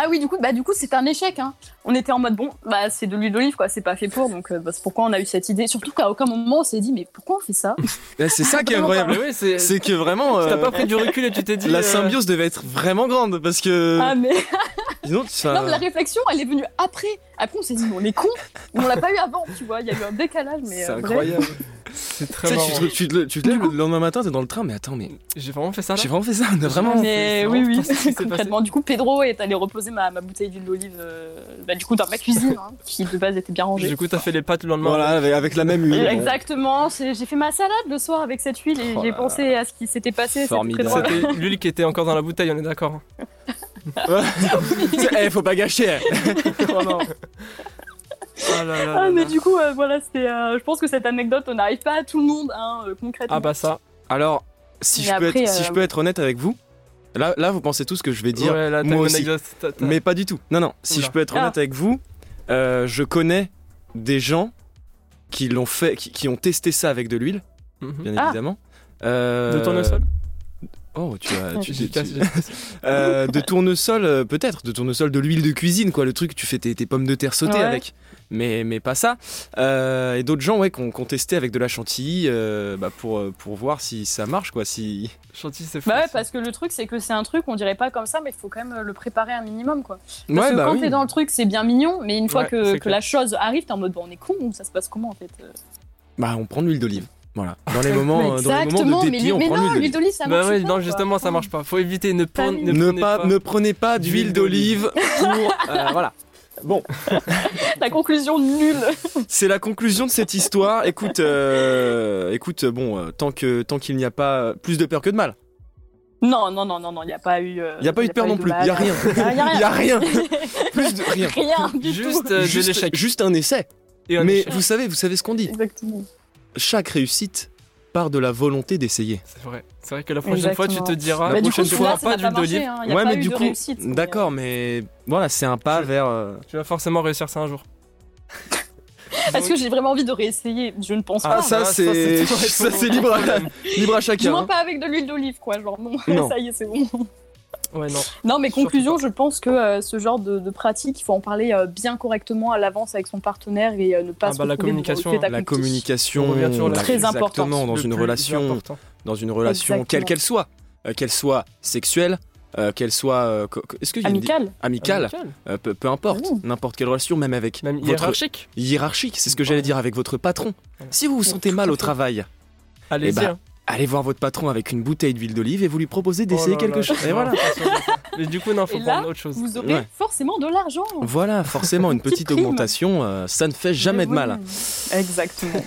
[SPEAKER 4] Ah oui, du coup, bah, du coup, c'est un échec. hein. On était en mode, bon, bah, c'est de l'huile d'olive, quoi, c'est pas fait pour, donc euh, bah, c'est pourquoi on a eu cette idée. Surtout qu'à aucun moment on s'est dit, mais pourquoi on fait ça
[SPEAKER 1] Eh, C'est ça qui est
[SPEAKER 4] Ah, Vraiment
[SPEAKER 1] incroyable.
[SPEAKER 3] Mais oui, c'est.
[SPEAKER 1] C'est que vraiment,
[SPEAKER 3] T'as
[SPEAKER 1] euh,
[SPEAKER 3] pas pris du recul et tu t'es dit.
[SPEAKER 1] la
[SPEAKER 3] euh,
[SPEAKER 1] symbiose devait être vraiment grande parce que
[SPEAKER 4] Ah, mais
[SPEAKER 1] sinon,
[SPEAKER 3] Euh.
[SPEAKER 4] non, mais la
[SPEAKER 1] ça...
[SPEAKER 4] réflexion, elle est venue après. Après, on s'est dit, mais on est con, mais on l'a pas eu avant, tu vois, il y a eu un décalage, mais.
[SPEAKER 1] c'est
[SPEAKER 4] euh, bref.
[SPEAKER 1] incroyable.
[SPEAKER 3] C'est
[SPEAKER 1] Tu
[SPEAKER 3] très
[SPEAKER 1] sais,
[SPEAKER 3] marrant.
[SPEAKER 1] tu te, tu te le- tu te lèves le lendemain matin, t'es dans le train, mais attends, mais
[SPEAKER 3] J'ai vraiment fait ça là
[SPEAKER 1] j'ai vraiment fait ça, on a vraiment.
[SPEAKER 4] Mais
[SPEAKER 3] c'est
[SPEAKER 4] oui,
[SPEAKER 3] vraiment
[SPEAKER 4] oui,
[SPEAKER 3] putain, ce qui s'est
[SPEAKER 4] concrètement. Du coup, Pedro est allé reposer ma, ma bouteille d'huile d'olive euh, bah, du coup, dans ma cuisine, hein, qui de base était bien rangée.
[SPEAKER 3] Du coup, t'as fait les pâtes le lendemain.
[SPEAKER 1] Voilà, avec, avec la même huile. bon.
[SPEAKER 4] Euh, Exactement, c'est- j'ai fait ma salade le soir avec cette huile et
[SPEAKER 1] Oh
[SPEAKER 4] j'ai
[SPEAKER 1] là
[SPEAKER 4] pensé à ce qui s'était passé. c'était très
[SPEAKER 1] Formidable.
[SPEAKER 4] drôle.
[SPEAKER 3] C'était l'huile qui était encore dans la bouteille, on est d'accord.
[SPEAKER 1] Eh, faut pas gâcher.
[SPEAKER 3] Oh non. Ah, là là là
[SPEAKER 4] Ah, mais
[SPEAKER 3] là.
[SPEAKER 4] du coup, euh, voilà, c'était. euh, je pense que cette anecdote, on n'arrive pas à tout le monde, hein, euh, concrètement.
[SPEAKER 3] Ah bah ça.
[SPEAKER 1] Alors, si,
[SPEAKER 4] Mais
[SPEAKER 1] je, peux
[SPEAKER 4] après,
[SPEAKER 1] être, si
[SPEAKER 4] euh,
[SPEAKER 1] je peux être honnête avec vous, là, là, vous pensez tout ce que je vais dire,
[SPEAKER 3] ouais, là, t'as
[SPEAKER 1] moi
[SPEAKER 3] une
[SPEAKER 1] aussi.
[SPEAKER 3] anecdote, t'as- t'as-
[SPEAKER 1] mais pas du tout. Non, non, si
[SPEAKER 3] Oula.
[SPEAKER 1] je peux être
[SPEAKER 4] Ah.
[SPEAKER 1] honnête avec vous, euh, je connais des gens qui l'ont fait, qui- qui ont testé ça avec de l'huile.
[SPEAKER 3] Mhm.
[SPEAKER 1] bien
[SPEAKER 4] Ah.
[SPEAKER 1] évidemment. Euh,
[SPEAKER 3] De tournesol
[SPEAKER 1] Oh, tu as. tu- tu-
[SPEAKER 3] Efficace,
[SPEAKER 1] tu-
[SPEAKER 3] efficace.
[SPEAKER 1] Euh, de tournesol, euh, peut-être. De tournesol, de l'huile de cuisine, quoi. Le truc, tu fais tes, tes pommes de terre sautées
[SPEAKER 4] Ouais.
[SPEAKER 1] avec. Mais, mais pas ça. Euh, et d'autres gens, ouais, qui ont qui ont testé avec de la chantilly euh, bah, pour, euh, pour voir si ça marche, quoi. Si...
[SPEAKER 3] Chantilly, c'est fou.
[SPEAKER 4] Bah ouais,
[SPEAKER 3] ça.
[SPEAKER 4] parce que le truc, c'est que c'est un truc, on dirait pas comme ça, mais il faut quand même euh, le préparer un minimum, quoi. Parce
[SPEAKER 1] Ouais,
[SPEAKER 4] que
[SPEAKER 1] bah
[SPEAKER 4] quand
[SPEAKER 1] oui.
[SPEAKER 4] t'es dans le truc, c'est bien mignon, mais une fois
[SPEAKER 3] Ouais, c'est
[SPEAKER 4] que, que
[SPEAKER 3] clair.
[SPEAKER 4] la chose arrive, t'es en mode, bon, on est con ou ça se passe comment en fait euh
[SPEAKER 1] Bah, on prend de l'huile d'olive. Voilà. Dans les moments, euh, dans les
[SPEAKER 4] Exactement,
[SPEAKER 1] moments de
[SPEAKER 4] mais
[SPEAKER 1] dépit,
[SPEAKER 4] l'huile-
[SPEAKER 1] on
[SPEAKER 4] mais,
[SPEAKER 1] prend de
[SPEAKER 4] non,
[SPEAKER 1] l'huile
[SPEAKER 4] l'huile
[SPEAKER 1] d'olive.
[SPEAKER 4] d'olive, ça marche
[SPEAKER 3] Bah ouais,
[SPEAKER 4] pas,
[SPEAKER 3] non,
[SPEAKER 4] quoi.
[SPEAKER 3] justement, ça marche pas. Faut éviter, ne, prenez-
[SPEAKER 4] Pas
[SPEAKER 1] Ne,
[SPEAKER 3] ne prenez
[SPEAKER 1] pas, ne prenez pas d'huile
[SPEAKER 3] d'huile d'olive.
[SPEAKER 1] d'olive pour. euh, voilà. Bon,
[SPEAKER 4] La conclusion nulle.
[SPEAKER 1] c'est la conclusion de cette histoire. Écoute, euh, écoute, bon, euh, tant que tant qu'il n'y a pas euh, plus de peur que de mal.
[SPEAKER 4] Non, non, non, non, non, il n'y a pas eu.
[SPEAKER 1] Il n'y a pas eu de peur non plus. Il y a rien.
[SPEAKER 4] Il n'y Ah, a
[SPEAKER 1] Il y
[SPEAKER 4] rien.
[SPEAKER 1] a rien. plus de rien.
[SPEAKER 4] Rien du
[SPEAKER 3] Juste
[SPEAKER 4] tout.
[SPEAKER 3] euh, de
[SPEAKER 1] Juste,
[SPEAKER 3] l'échec.
[SPEAKER 1] juste un essai.
[SPEAKER 3] Et un
[SPEAKER 1] Mais
[SPEAKER 3] échec.
[SPEAKER 1] vous savez, vous savez ce qu'on dit.
[SPEAKER 4] Exactement.
[SPEAKER 1] Chaque réussite part de la volonté d'essayer.
[SPEAKER 3] C'est vrai. C'est vrai que la prochaine
[SPEAKER 4] Exactement.
[SPEAKER 3] fois, tu te diras.
[SPEAKER 1] La
[SPEAKER 4] Bah, du coup,
[SPEAKER 1] prochaine
[SPEAKER 3] tu
[SPEAKER 1] fois,
[SPEAKER 4] celui-là,
[SPEAKER 3] n'auras
[SPEAKER 4] ça
[SPEAKER 3] pas
[SPEAKER 4] n'a pas
[SPEAKER 3] d'huile d'olive.
[SPEAKER 4] marché. hein. Il n'y a
[SPEAKER 1] Ouais,
[SPEAKER 4] pas
[SPEAKER 1] mais
[SPEAKER 4] eu
[SPEAKER 1] du
[SPEAKER 4] de
[SPEAKER 1] coup,
[SPEAKER 4] réussite. mais,
[SPEAKER 1] D'accord, mais voilà, c'est un pas vers. euh,
[SPEAKER 3] Tu vas forcément réussir ça un jour.
[SPEAKER 4] euh, Est-ce que j'ai vraiment envie de réessayer Je ne pense
[SPEAKER 1] Ah,
[SPEAKER 4] pas.
[SPEAKER 1] ça,
[SPEAKER 3] ça,
[SPEAKER 1] c'est
[SPEAKER 3] c'est ton
[SPEAKER 1] ça, c'est
[SPEAKER 3] problème.
[SPEAKER 1] libre, à, libre à
[SPEAKER 4] Du
[SPEAKER 1] chacun.
[SPEAKER 4] moins
[SPEAKER 1] hein.
[SPEAKER 4] pas avec de l'huile d'olive, quoi. Genre, non,
[SPEAKER 1] Non.
[SPEAKER 4] ça y est, c'est bon.
[SPEAKER 3] Ouais, non.
[SPEAKER 4] Non, mais
[SPEAKER 3] Surtout
[SPEAKER 4] conclusion, je pense que euh, ce genre de, de pratique, il faut en parler euh, bien correctement à l'avance avec son partenaire et euh, ne pas
[SPEAKER 3] Ah,
[SPEAKER 4] se
[SPEAKER 3] bah, la
[SPEAKER 4] retrouver devant le
[SPEAKER 3] communication,
[SPEAKER 4] fait
[SPEAKER 3] hein.
[SPEAKER 1] La
[SPEAKER 4] accompli.
[SPEAKER 1] communication,
[SPEAKER 3] On revient toujours là-dessus.
[SPEAKER 4] Très
[SPEAKER 1] exactement,
[SPEAKER 4] importante.
[SPEAKER 1] dans
[SPEAKER 3] Le
[SPEAKER 1] une
[SPEAKER 3] plus
[SPEAKER 1] relation,
[SPEAKER 3] important.
[SPEAKER 1] dans une relation quelle
[SPEAKER 4] Exactement.
[SPEAKER 1] qu'elle soit, Euh, qu'elle soit sexuelle, euh, qu'elle soit, euh, co- co- est-ce qu'il y a une di-
[SPEAKER 4] Amicale
[SPEAKER 1] amicale,
[SPEAKER 3] Amical.
[SPEAKER 1] euh, peu, peu importe,
[SPEAKER 4] Mmh.
[SPEAKER 1] n'importe quelle relation, même avec
[SPEAKER 3] Même
[SPEAKER 1] votre
[SPEAKER 3] hiérarchique.
[SPEAKER 1] hiérarchique, c'est ce que j'allais
[SPEAKER 3] Bah Ouais.
[SPEAKER 1] dire avec votre patron.
[SPEAKER 3] Ouais.
[SPEAKER 1] Si vous vous sentez mal au travail,
[SPEAKER 3] Allez-y.
[SPEAKER 1] bah,
[SPEAKER 3] hein.
[SPEAKER 1] allez voir votre patron avec une bouteille d'huile d'olive et vous lui proposez d'essayer
[SPEAKER 3] Oh là
[SPEAKER 1] quelque
[SPEAKER 3] là,
[SPEAKER 1] chose.
[SPEAKER 3] j'ai
[SPEAKER 1] Et voilà.
[SPEAKER 3] l'impression de ça. Mais du coup, non, faut
[SPEAKER 4] Et là,
[SPEAKER 3] prendre autre chose.
[SPEAKER 4] Vous aurez
[SPEAKER 1] Ouais.
[SPEAKER 4] forcément de l'argent.
[SPEAKER 1] Voilà, forcément, une petite
[SPEAKER 4] Petite prime.
[SPEAKER 1] augmentation, euh, ça ne fait jamais de
[SPEAKER 4] Oui.
[SPEAKER 1] mal.
[SPEAKER 4] Exactement.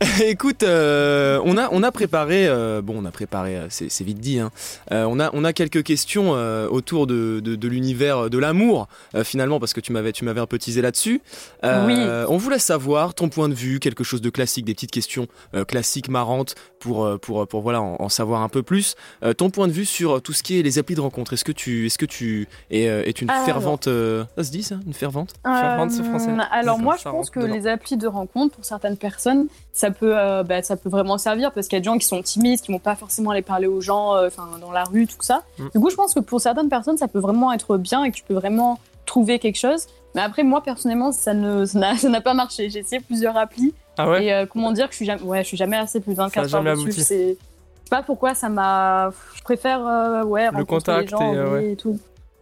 [SPEAKER 1] Écoute, euh, on, a, on a préparé, euh, bon, on a préparé, euh, c'est c'est vite dit, hein. Euh, on, a, on a quelques questions euh, autour de, de, de l'univers de l'amour, euh, finalement, parce que tu m'avais tu m'avais un peu teasé là-dessus. Euh,
[SPEAKER 4] Oui.
[SPEAKER 1] On voulait savoir ton point de vue, quelque chose de classique, des petites questions euh, classiques, marrantes, pour, euh, pour, pour voilà, en, en savoir un peu plus. Euh, ton point de vue sur tout ce qui est les applis de rencontre, est-ce que tu, est que tu es, euh, es une
[SPEAKER 4] Alors.
[SPEAKER 1] fervente, euh, ça se dit ça, une fervente
[SPEAKER 3] Faire rendre ce français.
[SPEAKER 4] Euh, alors
[SPEAKER 3] D'accord,
[SPEAKER 4] moi, je
[SPEAKER 3] ça
[SPEAKER 4] pense
[SPEAKER 3] rentre
[SPEAKER 4] que
[SPEAKER 3] dedans.
[SPEAKER 4] les applis de rencontre, pour certaines personnes, ça peut, euh, bah, ça peut vraiment servir parce qu'il y a des gens qui sont timides, qui vont pas forcément aller parler aux gens euh, 'fin, dans la rue, tout ça.
[SPEAKER 3] Mm.
[SPEAKER 4] Du coup, je pense que pour certaines personnes, ça peut vraiment être bien et que tu peux vraiment trouver quelque chose. Mais après, moi, personnellement, ça ne- ça n'a ça n'a pas marché. J'ai essayé plusieurs applis.
[SPEAKER 3] Ah ouais
[SPEAKER 4] Et euh, comment dire que je suis jamais, ouais, je suis jamais assez plus de 24
[SPEAKER 3] jamais
[SPEAKER 4] heures dessus.
[SPEAKER 3] abouti.
[SPEAKER 4] C'est, je sais pas pourquoi ça m'a. Je préfère euh, ouais rencontrer
[SPEAKER 3] contact
[SPEAKER 4] les gens,
[SPEAKER 3] et, euh,
[SPEAKER 4] oui, et tout.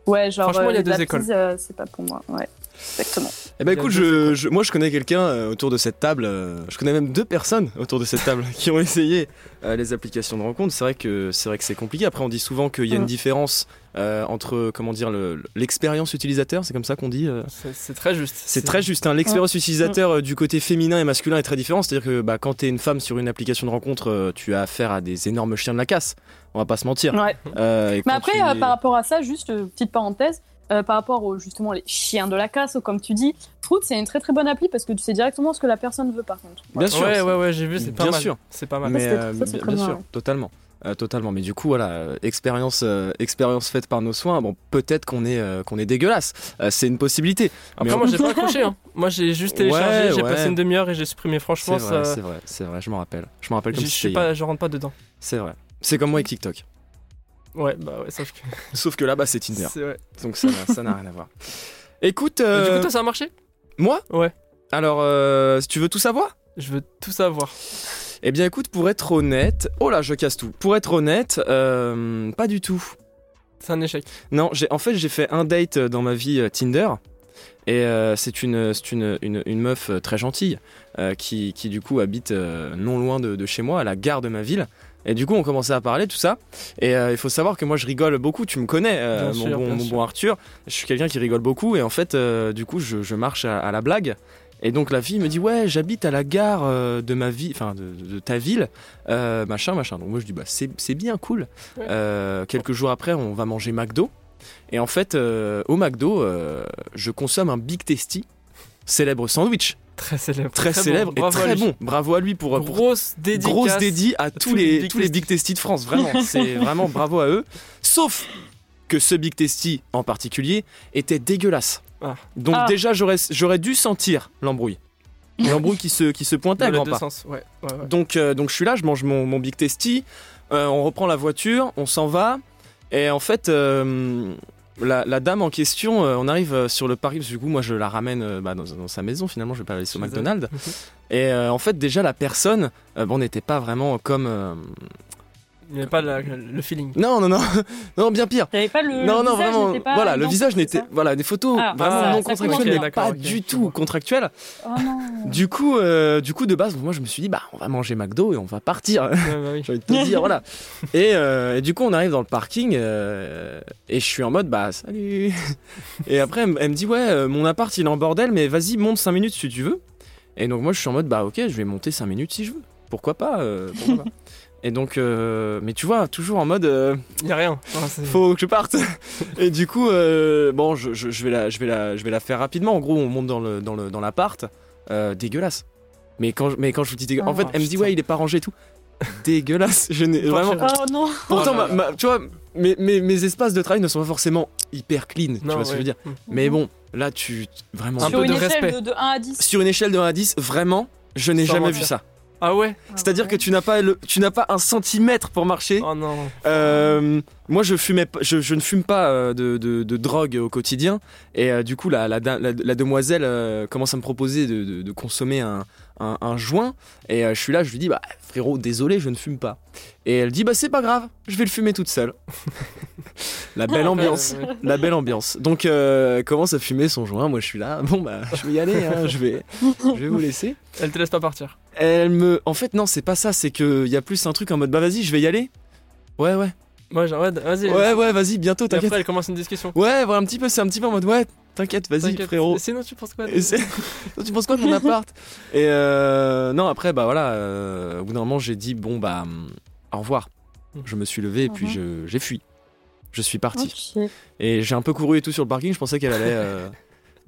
[SPEAKER 4] Ouais, genre.
[SPEAKER 3] Franchement, il y a
[SPEAKER 4] les
[SPEAKER 3] deux
[SPEAKER 4] applis,
[SPEAKER 3] écoles.
[SPEAKER 4] euh, c'est pas pour moi. Ouais, exactement.
[SPEAKER 1] Eh ben
[SPEAKER 3] Il y a
[SPEAKER 1] écoute,
[SPEAKER 3] deux
[SPEAKER 1] je, je- moi je connais quelqu'un euh, autour de cette table, euh, je connais même deux personnes autour de cette table qui ont essayé euh, les applications de rencontre. C'est vrai que c'est vrai que c'est compliqué. Après on dit souvent qu'il y a une
[SPEAKER 4] Mm.
[SPEAKER 1] différence euh, entre comment dire le- l'expérience utilisateur, c'est comme ça qu'on dit. euh.
[SPEAKER 3] C'est c'est Mm. très juste.
[SPEAKER 1] C'est très juste. hein. L'expérience utilisateur euh, du côté féminin et masculin est très différente. C'est-à-dire que bah, quand t'es une femme sur une application de rencontre, euh, tu as affaire à des énormes chiens de la casse. On va pas se
[SPEAKER 3] Mm.
[SPEAKER 1] mentir.
[SPEAKER 4] Ouais.
[SPEAKER 1] Euh, et
[SPEAKER 4] Mais
[SPEAKER 1] quand
[SPEAKER 4] après,
[SPEAKER 1] tu
[SPEAKER 4] euh,
[SPEAKER 1] es-
[SPEAKER 4] par rapport à ça, juste euh, petite parenthèse, euh, par rapport aux, justement les chiens de la casse, ou comme tu dis, Fruit, c'est une très très bonne appli parce que tu sais directement ce que la personne veut par contre.
[SPEAKER 1] bien sûr,
[SPEAKER 3] Ouais, ouais, ouais, j'ai vu, c'est pas
[SPEAKER 1] Bien
[SPEAKER 3] mal.
[SPEAKER 1] sûr.
[SPEAKER 3] C'est pas mal.
[SPEAKER 1] Mais
[SPEAKER 4] c'était-
[SPEAKER 1] euh,
[SPEAKER 4] ça, c'est
[SPEAKER 1] bien,
[SPEAKER 4] très
[SPEAKER 1] bien
[SPEAKER 4] bien.
[SPEAKER 1] sûr, totalement. Euh, totalement. Mais du coup, voilà, euh, expérience, euh, expérience faite par nos soins. Bon, peut-être qu'on est, euh, qu'on est dégueulasse. Euh, c'est une possibilité.
[SPEAKER 3] Après,
[SPEAKER 1] on-
[SPEAKER 3] moi, j'ai pas accroché. hein. Moi, j'ai juste téléchargé,
[SPEAKER 1] Ouais,
[SPEAKER 3] j'ai
[SPEAKER 1] ouais.
[SPEAKER 3] passé une demi-heure et j'ai supprimé.
[SPEAKER 1] C'est
[SPEAKER 3] Franchement,
[SPEAKER 1] vrai,
[SPEAKER 3] ça.
[SPEAKER 1] c'est vrai, c'est vrai. Je me rappelle. Je me rappelle
[SPEAKER 3] euh, Je
[SPEAKER 1] comme si hein.
[SPEAKER 3] je suis
[SPEAKER 1] c'était
[SPEAKER 3] pas,
[SPEAKER 1] hier.
[SPEAKER 3] je rentre pas dedans.
[SPEAKER 1] C'est vrai. C'est comme moi avec TikTok.
[SPEAKER 3] Ouais, bah ouais, sauf que.
[SPEAKER 1] Sauf que là-bas, c'est Tinder.
[SPEAKER 3] C'est vrai.
[SPEAKER 1] Donc ça n'a- ça n'a rien à voir. Écoute,
[SPEAKER 3] Mais Du
[SPEAKER 1] euh,
[SPEAKER 3] coup, toi, ça a marché
[SPEAKER 1] moi
[SPEAKER 3] Ouais.
[SPEAKER 1] Alors, euh, tu veux tout savoir
[SPEAKER 3] Je veux tout savoir.
[SPEAKER 1] Eh bien, écoute, pour être honnête. Oh là, je casse tout. Pour être honnête, euh, pas du tout.
[SPEAKER 3] C'est un échec.
[SPEAKER 1] Non, j'ai en fait j'ai fait un date euh, dans ma vie euh, Tinder. Et euh, c'est une, c'est une, une, une meuf euh, très gentille euh, qui, qui du coup habite euh, non loin de, de chez moi, à la gare de ma ville. Et du coup on commençait à parler tout ça. Et euh, il faut savoir que moi je rigole beaucoup, tu me connais, euh,
[SPEAKER 3] Bien
[SPEAKER 1] mon,
[SPEAKER 3] sûr,
[SPEAKER 1] bon,
[SPEAKER 3] bien
[SPEAKER 1] mon
[SPEAKER 3] sûr.
[SPEAKER 1] bon Arthur. Je suis quelqu'un qui rigole beaucoup et en fait euh, du coup je, je marche à, à la blague. Et donc la fille me dit ouais j'habite à la gare euh, de ma vie, enfin de, de- de ta ville, euh, machin machin. Donc moi je dis bah c'est c'est bien cool.
[SPEAKER 3] Ouais.
[SPEAKER 1] Euh, quelques jours après on va manger McDo. Et en fait, euh, au McDo, euh, je consomme un Big Tasty, célèbre sandwich,
[SPEAKER 3] Très célèbre.
[SPEAKER 1] très,
[SPEAKER 3] bon.
[SPEAKER 1] célèbre et
[SPEAKER 3] Bravo à
[SPEAKER 1] très
[SPEAKER 3] lui.
[SPEAKER 1] bon. Bravo à lui pour, euh, pour
[SPEAKER 3] Grosse dédicace.
[SPEAKER 1] grosse dédie à tous les, tous les
[SPEAKER 3] Tasty.
[SPEAKER 1] Big Tasty de France, vraiment. C'est vraiment bravo à eux. Sauf que ce Big Tasty en particulier était dégueulasse.
[SPEAKER 3] Ah.
[SPEAKER 1] Donc
[SPEAKER 4] Ah.
[SPEAKER 1] déjà, j'aurais j'aurais dû sentir l'embrouille. L'embrouille qui se, qui se pointait
[SPEAKER 3] Dans
[SPEAKER 1] à
[SPEAKER 3] les
[SPEAKER 1] grands
[SPEAKER 3] deux
[SPEAKER 1] pas.
[SPEAKER 3] sens. Ouais, ouais, ouais.
[SPEAKER 1] Donc, euh, donc je suis là, je mange mon, mon Big Tasty, euh, on reprend la voiture, on s'en va, et en fait, euh, la, la dame en question, euh, on arrive euh, sur le Paris, parce que du coup, moi je la ramène euh, bah, dans, dans sa maison finalement, je vais pas la laisser au
[SPEAKER 3] Chez elle. Mhm.
[SPEAKER 1] McDonald's, et euh, en fait, déjà la personne, euh, bon, n'était pas vraiment comme. euh,
[SPEAKER 3] Il n'y avait pas la- le feeling.
[SPEAKER 1] Non, non, non, non, bien pire.
[SPEAKER 4] J'avais pas le.
[SPEAKER 1] non,
[SPEAKER 4] le
[SPEAKER 1] non,
[SPEAKER 4] visage
[SPEAKER 1] vraiment.
[SPEAKER 4] n'était pas
[SPEAKER 1] Voilà, le
[SPEAKER 4] dense,
[SPEAKER 1] visage
[SPEAKER 4] c'est
[SPEAKER 1] n'était.
[SPEAKER 4] ça
[SPEAKER 1] Voilà, des photos
[SPEAKER 4] Ah,
[SPEAKER 1] vraiment
[SPEAKER 3] ah,
[SPEAKER 1] non
[SPEAKER 4] ça commence,
[SPEAKER 1] contractuelles,
[SPEAKER 3] ok,
[SPEAKER 1] mais pas
[SPEAKER 3] d'accord, ok,
[SPEAKER 1] du
[SPEAKER 3] je
[SPEAKER 1] tout
[SPEAKER 3] vois.
[SPEAKER 1] contractuelles.
[SPEAKER 4] Oh non.
[SPEAKER 1] Du coup, euh, du coup, de base, moi, je me suis dit, bah, on va manger McDo et on va partir.
[SPEAKER 3] Ouais, bah oui.
[SPEAKER 1] J'ai envie de te dire, voilà. Et, euh, et du coup, on arrive dans le parking euh, et je suis en mode, bah, salut. Et après, elle, m- elle me dit, ouais, euh, mon appart, il est en bordel, mais vas-y, monte 5 minutes si tu veux. Et donc, moi, je suis en mode, bah, ok, je vais monter 5 minutes si je veux. Pourquoi pas, euh, pourquoi pas. Et donc, euh, mais tu vois, toujours en mode, euh,
[SPEAKER 3] Il n'y a rien. Non, c'est-
[SPEAKER 1] faut que je parte. Et du coup, euh, bon, je, je- je vais la, je, vais la, je vais la faire rapidement. En gros, on monte dans le dans le- dans l'appart. Euh, dégueulasse. Mais quand, je- mais quand je vous dis dégueulasse, en
[SPEAKER 4] Ah,
[SPEAKER 1] fait, elle me dit,
[SPEAKER 3] putain.
[SPEAKER 1] ouais, il est pas rangé et tout. dégueulasse. Je n'ai
[SPEAKER 3] Torture.
[SPEAKER 1] vraiment.
[SPEAKER 4] Oh non.
[SPEAKER 1] Pourtant,
[SPEAKER 3] Oh là
[SPEAKER 1] ma- ma- tu vois, mes, mes, mes espaces de travail ne sont pas forcément hyper clean, tu
[SPEAKER 3] Non,
[SPEAKER 1] vois ce que je veux
[SPEAKER 3] ouais. Mhm.
[SPEAKER 1] dire. Mais bon, là, tu. Vraiment.
[SPEAKER 3] Un
[SPEAKER 4] Oh Sur
[SPEAKER 3] peu
[SPEAKER 4] une
[SPEAKER 3] de
[SPEAKER 4] échelle
[SPEAKER 3] respect.
[SPEAKER 4] de, de 1 à 10.
[SPEAKER 1] Sur une échelle de 1 à 10, vraiment, je n'ai
[SPEAKER 3] Sans
[SPEAKER 1] jamais
[SPEAKER 3] mentir.
[SPEAKER 1] vu ça.
[SPEAKER 3] Ah ouais
[SPEAKER 1] C'est-à-dire que tu n'as pas, le, tu n'as pas un centimètre pour marcher.
[SPEAKER 3] Oh non.
[SPEAKER 1] Euh, moi, je, fumais, p- je, je ne fume pas euh, de, de- de drogue au quotidien. Et euh, du coup, la, la, da- la- la demoiselle euh, commence à me proposer de, de- de consommer un, un- un joint. Et euh, je suis là, je lui dis, bah, frérot, désolé, je ne fume pas. Et elle dit, bah, c'est pas grave, je vais le fumer toute seule. la belle ambiance.
[SPEAKER 3] Ouais, ouais.
[SPEAKER 1] La belle ambiance. Donc, euh, elle commence à fumer son joint. Moi, je suis là. Bon, bah, je vais y aller. hein, je, vais, je vais vous laisser.
[SPEAKER 3] Elle te laisse pas partir.
[SPEAKER 1] Elle me. En fait, non, c'est pas ça. C'est qu'il y a plus un truc en mode, bah, vas-y, je vais y aller. Ouais, ouais.
[SPEAKER 3] Ouais, genre, ouais, vas-y.
[SPEAKER 1] Ouais, ouais, vas-y, bientôt,
[SPEAKER 3] Et
[SPEAKER 1] t'inquiète.
[SPEAKER 3] après, elle commence une discussion.
[SPEAKER 1] Ouais, voilà, un petit peu, c'est un petit peu en mode, ouais, t'inquiète, vas-y,
[SPEAKER 3] T'inquiète.
[SPEAKER 1] frérot.
[SPEAKER 3] Et Sinon, tu penses quoi
[SPEAKER 1] Et c'est- Toi, tu penses quoi de mon appart Et euh, non, après, bah voilà, euh, au bout d'un moment, j'ai dit, bon, bah, hum, au revoir. Je me suis levé et puis
[SPEAKER 4] Mhm.
[SPEAKER 1] je- j'ai fui. Je suis parti.
[SPEAKER 4] Ok.
[SPEAKER 1] Et j'ai un peu couru et tout sur le parking, je pensais qu'elle allait. euh,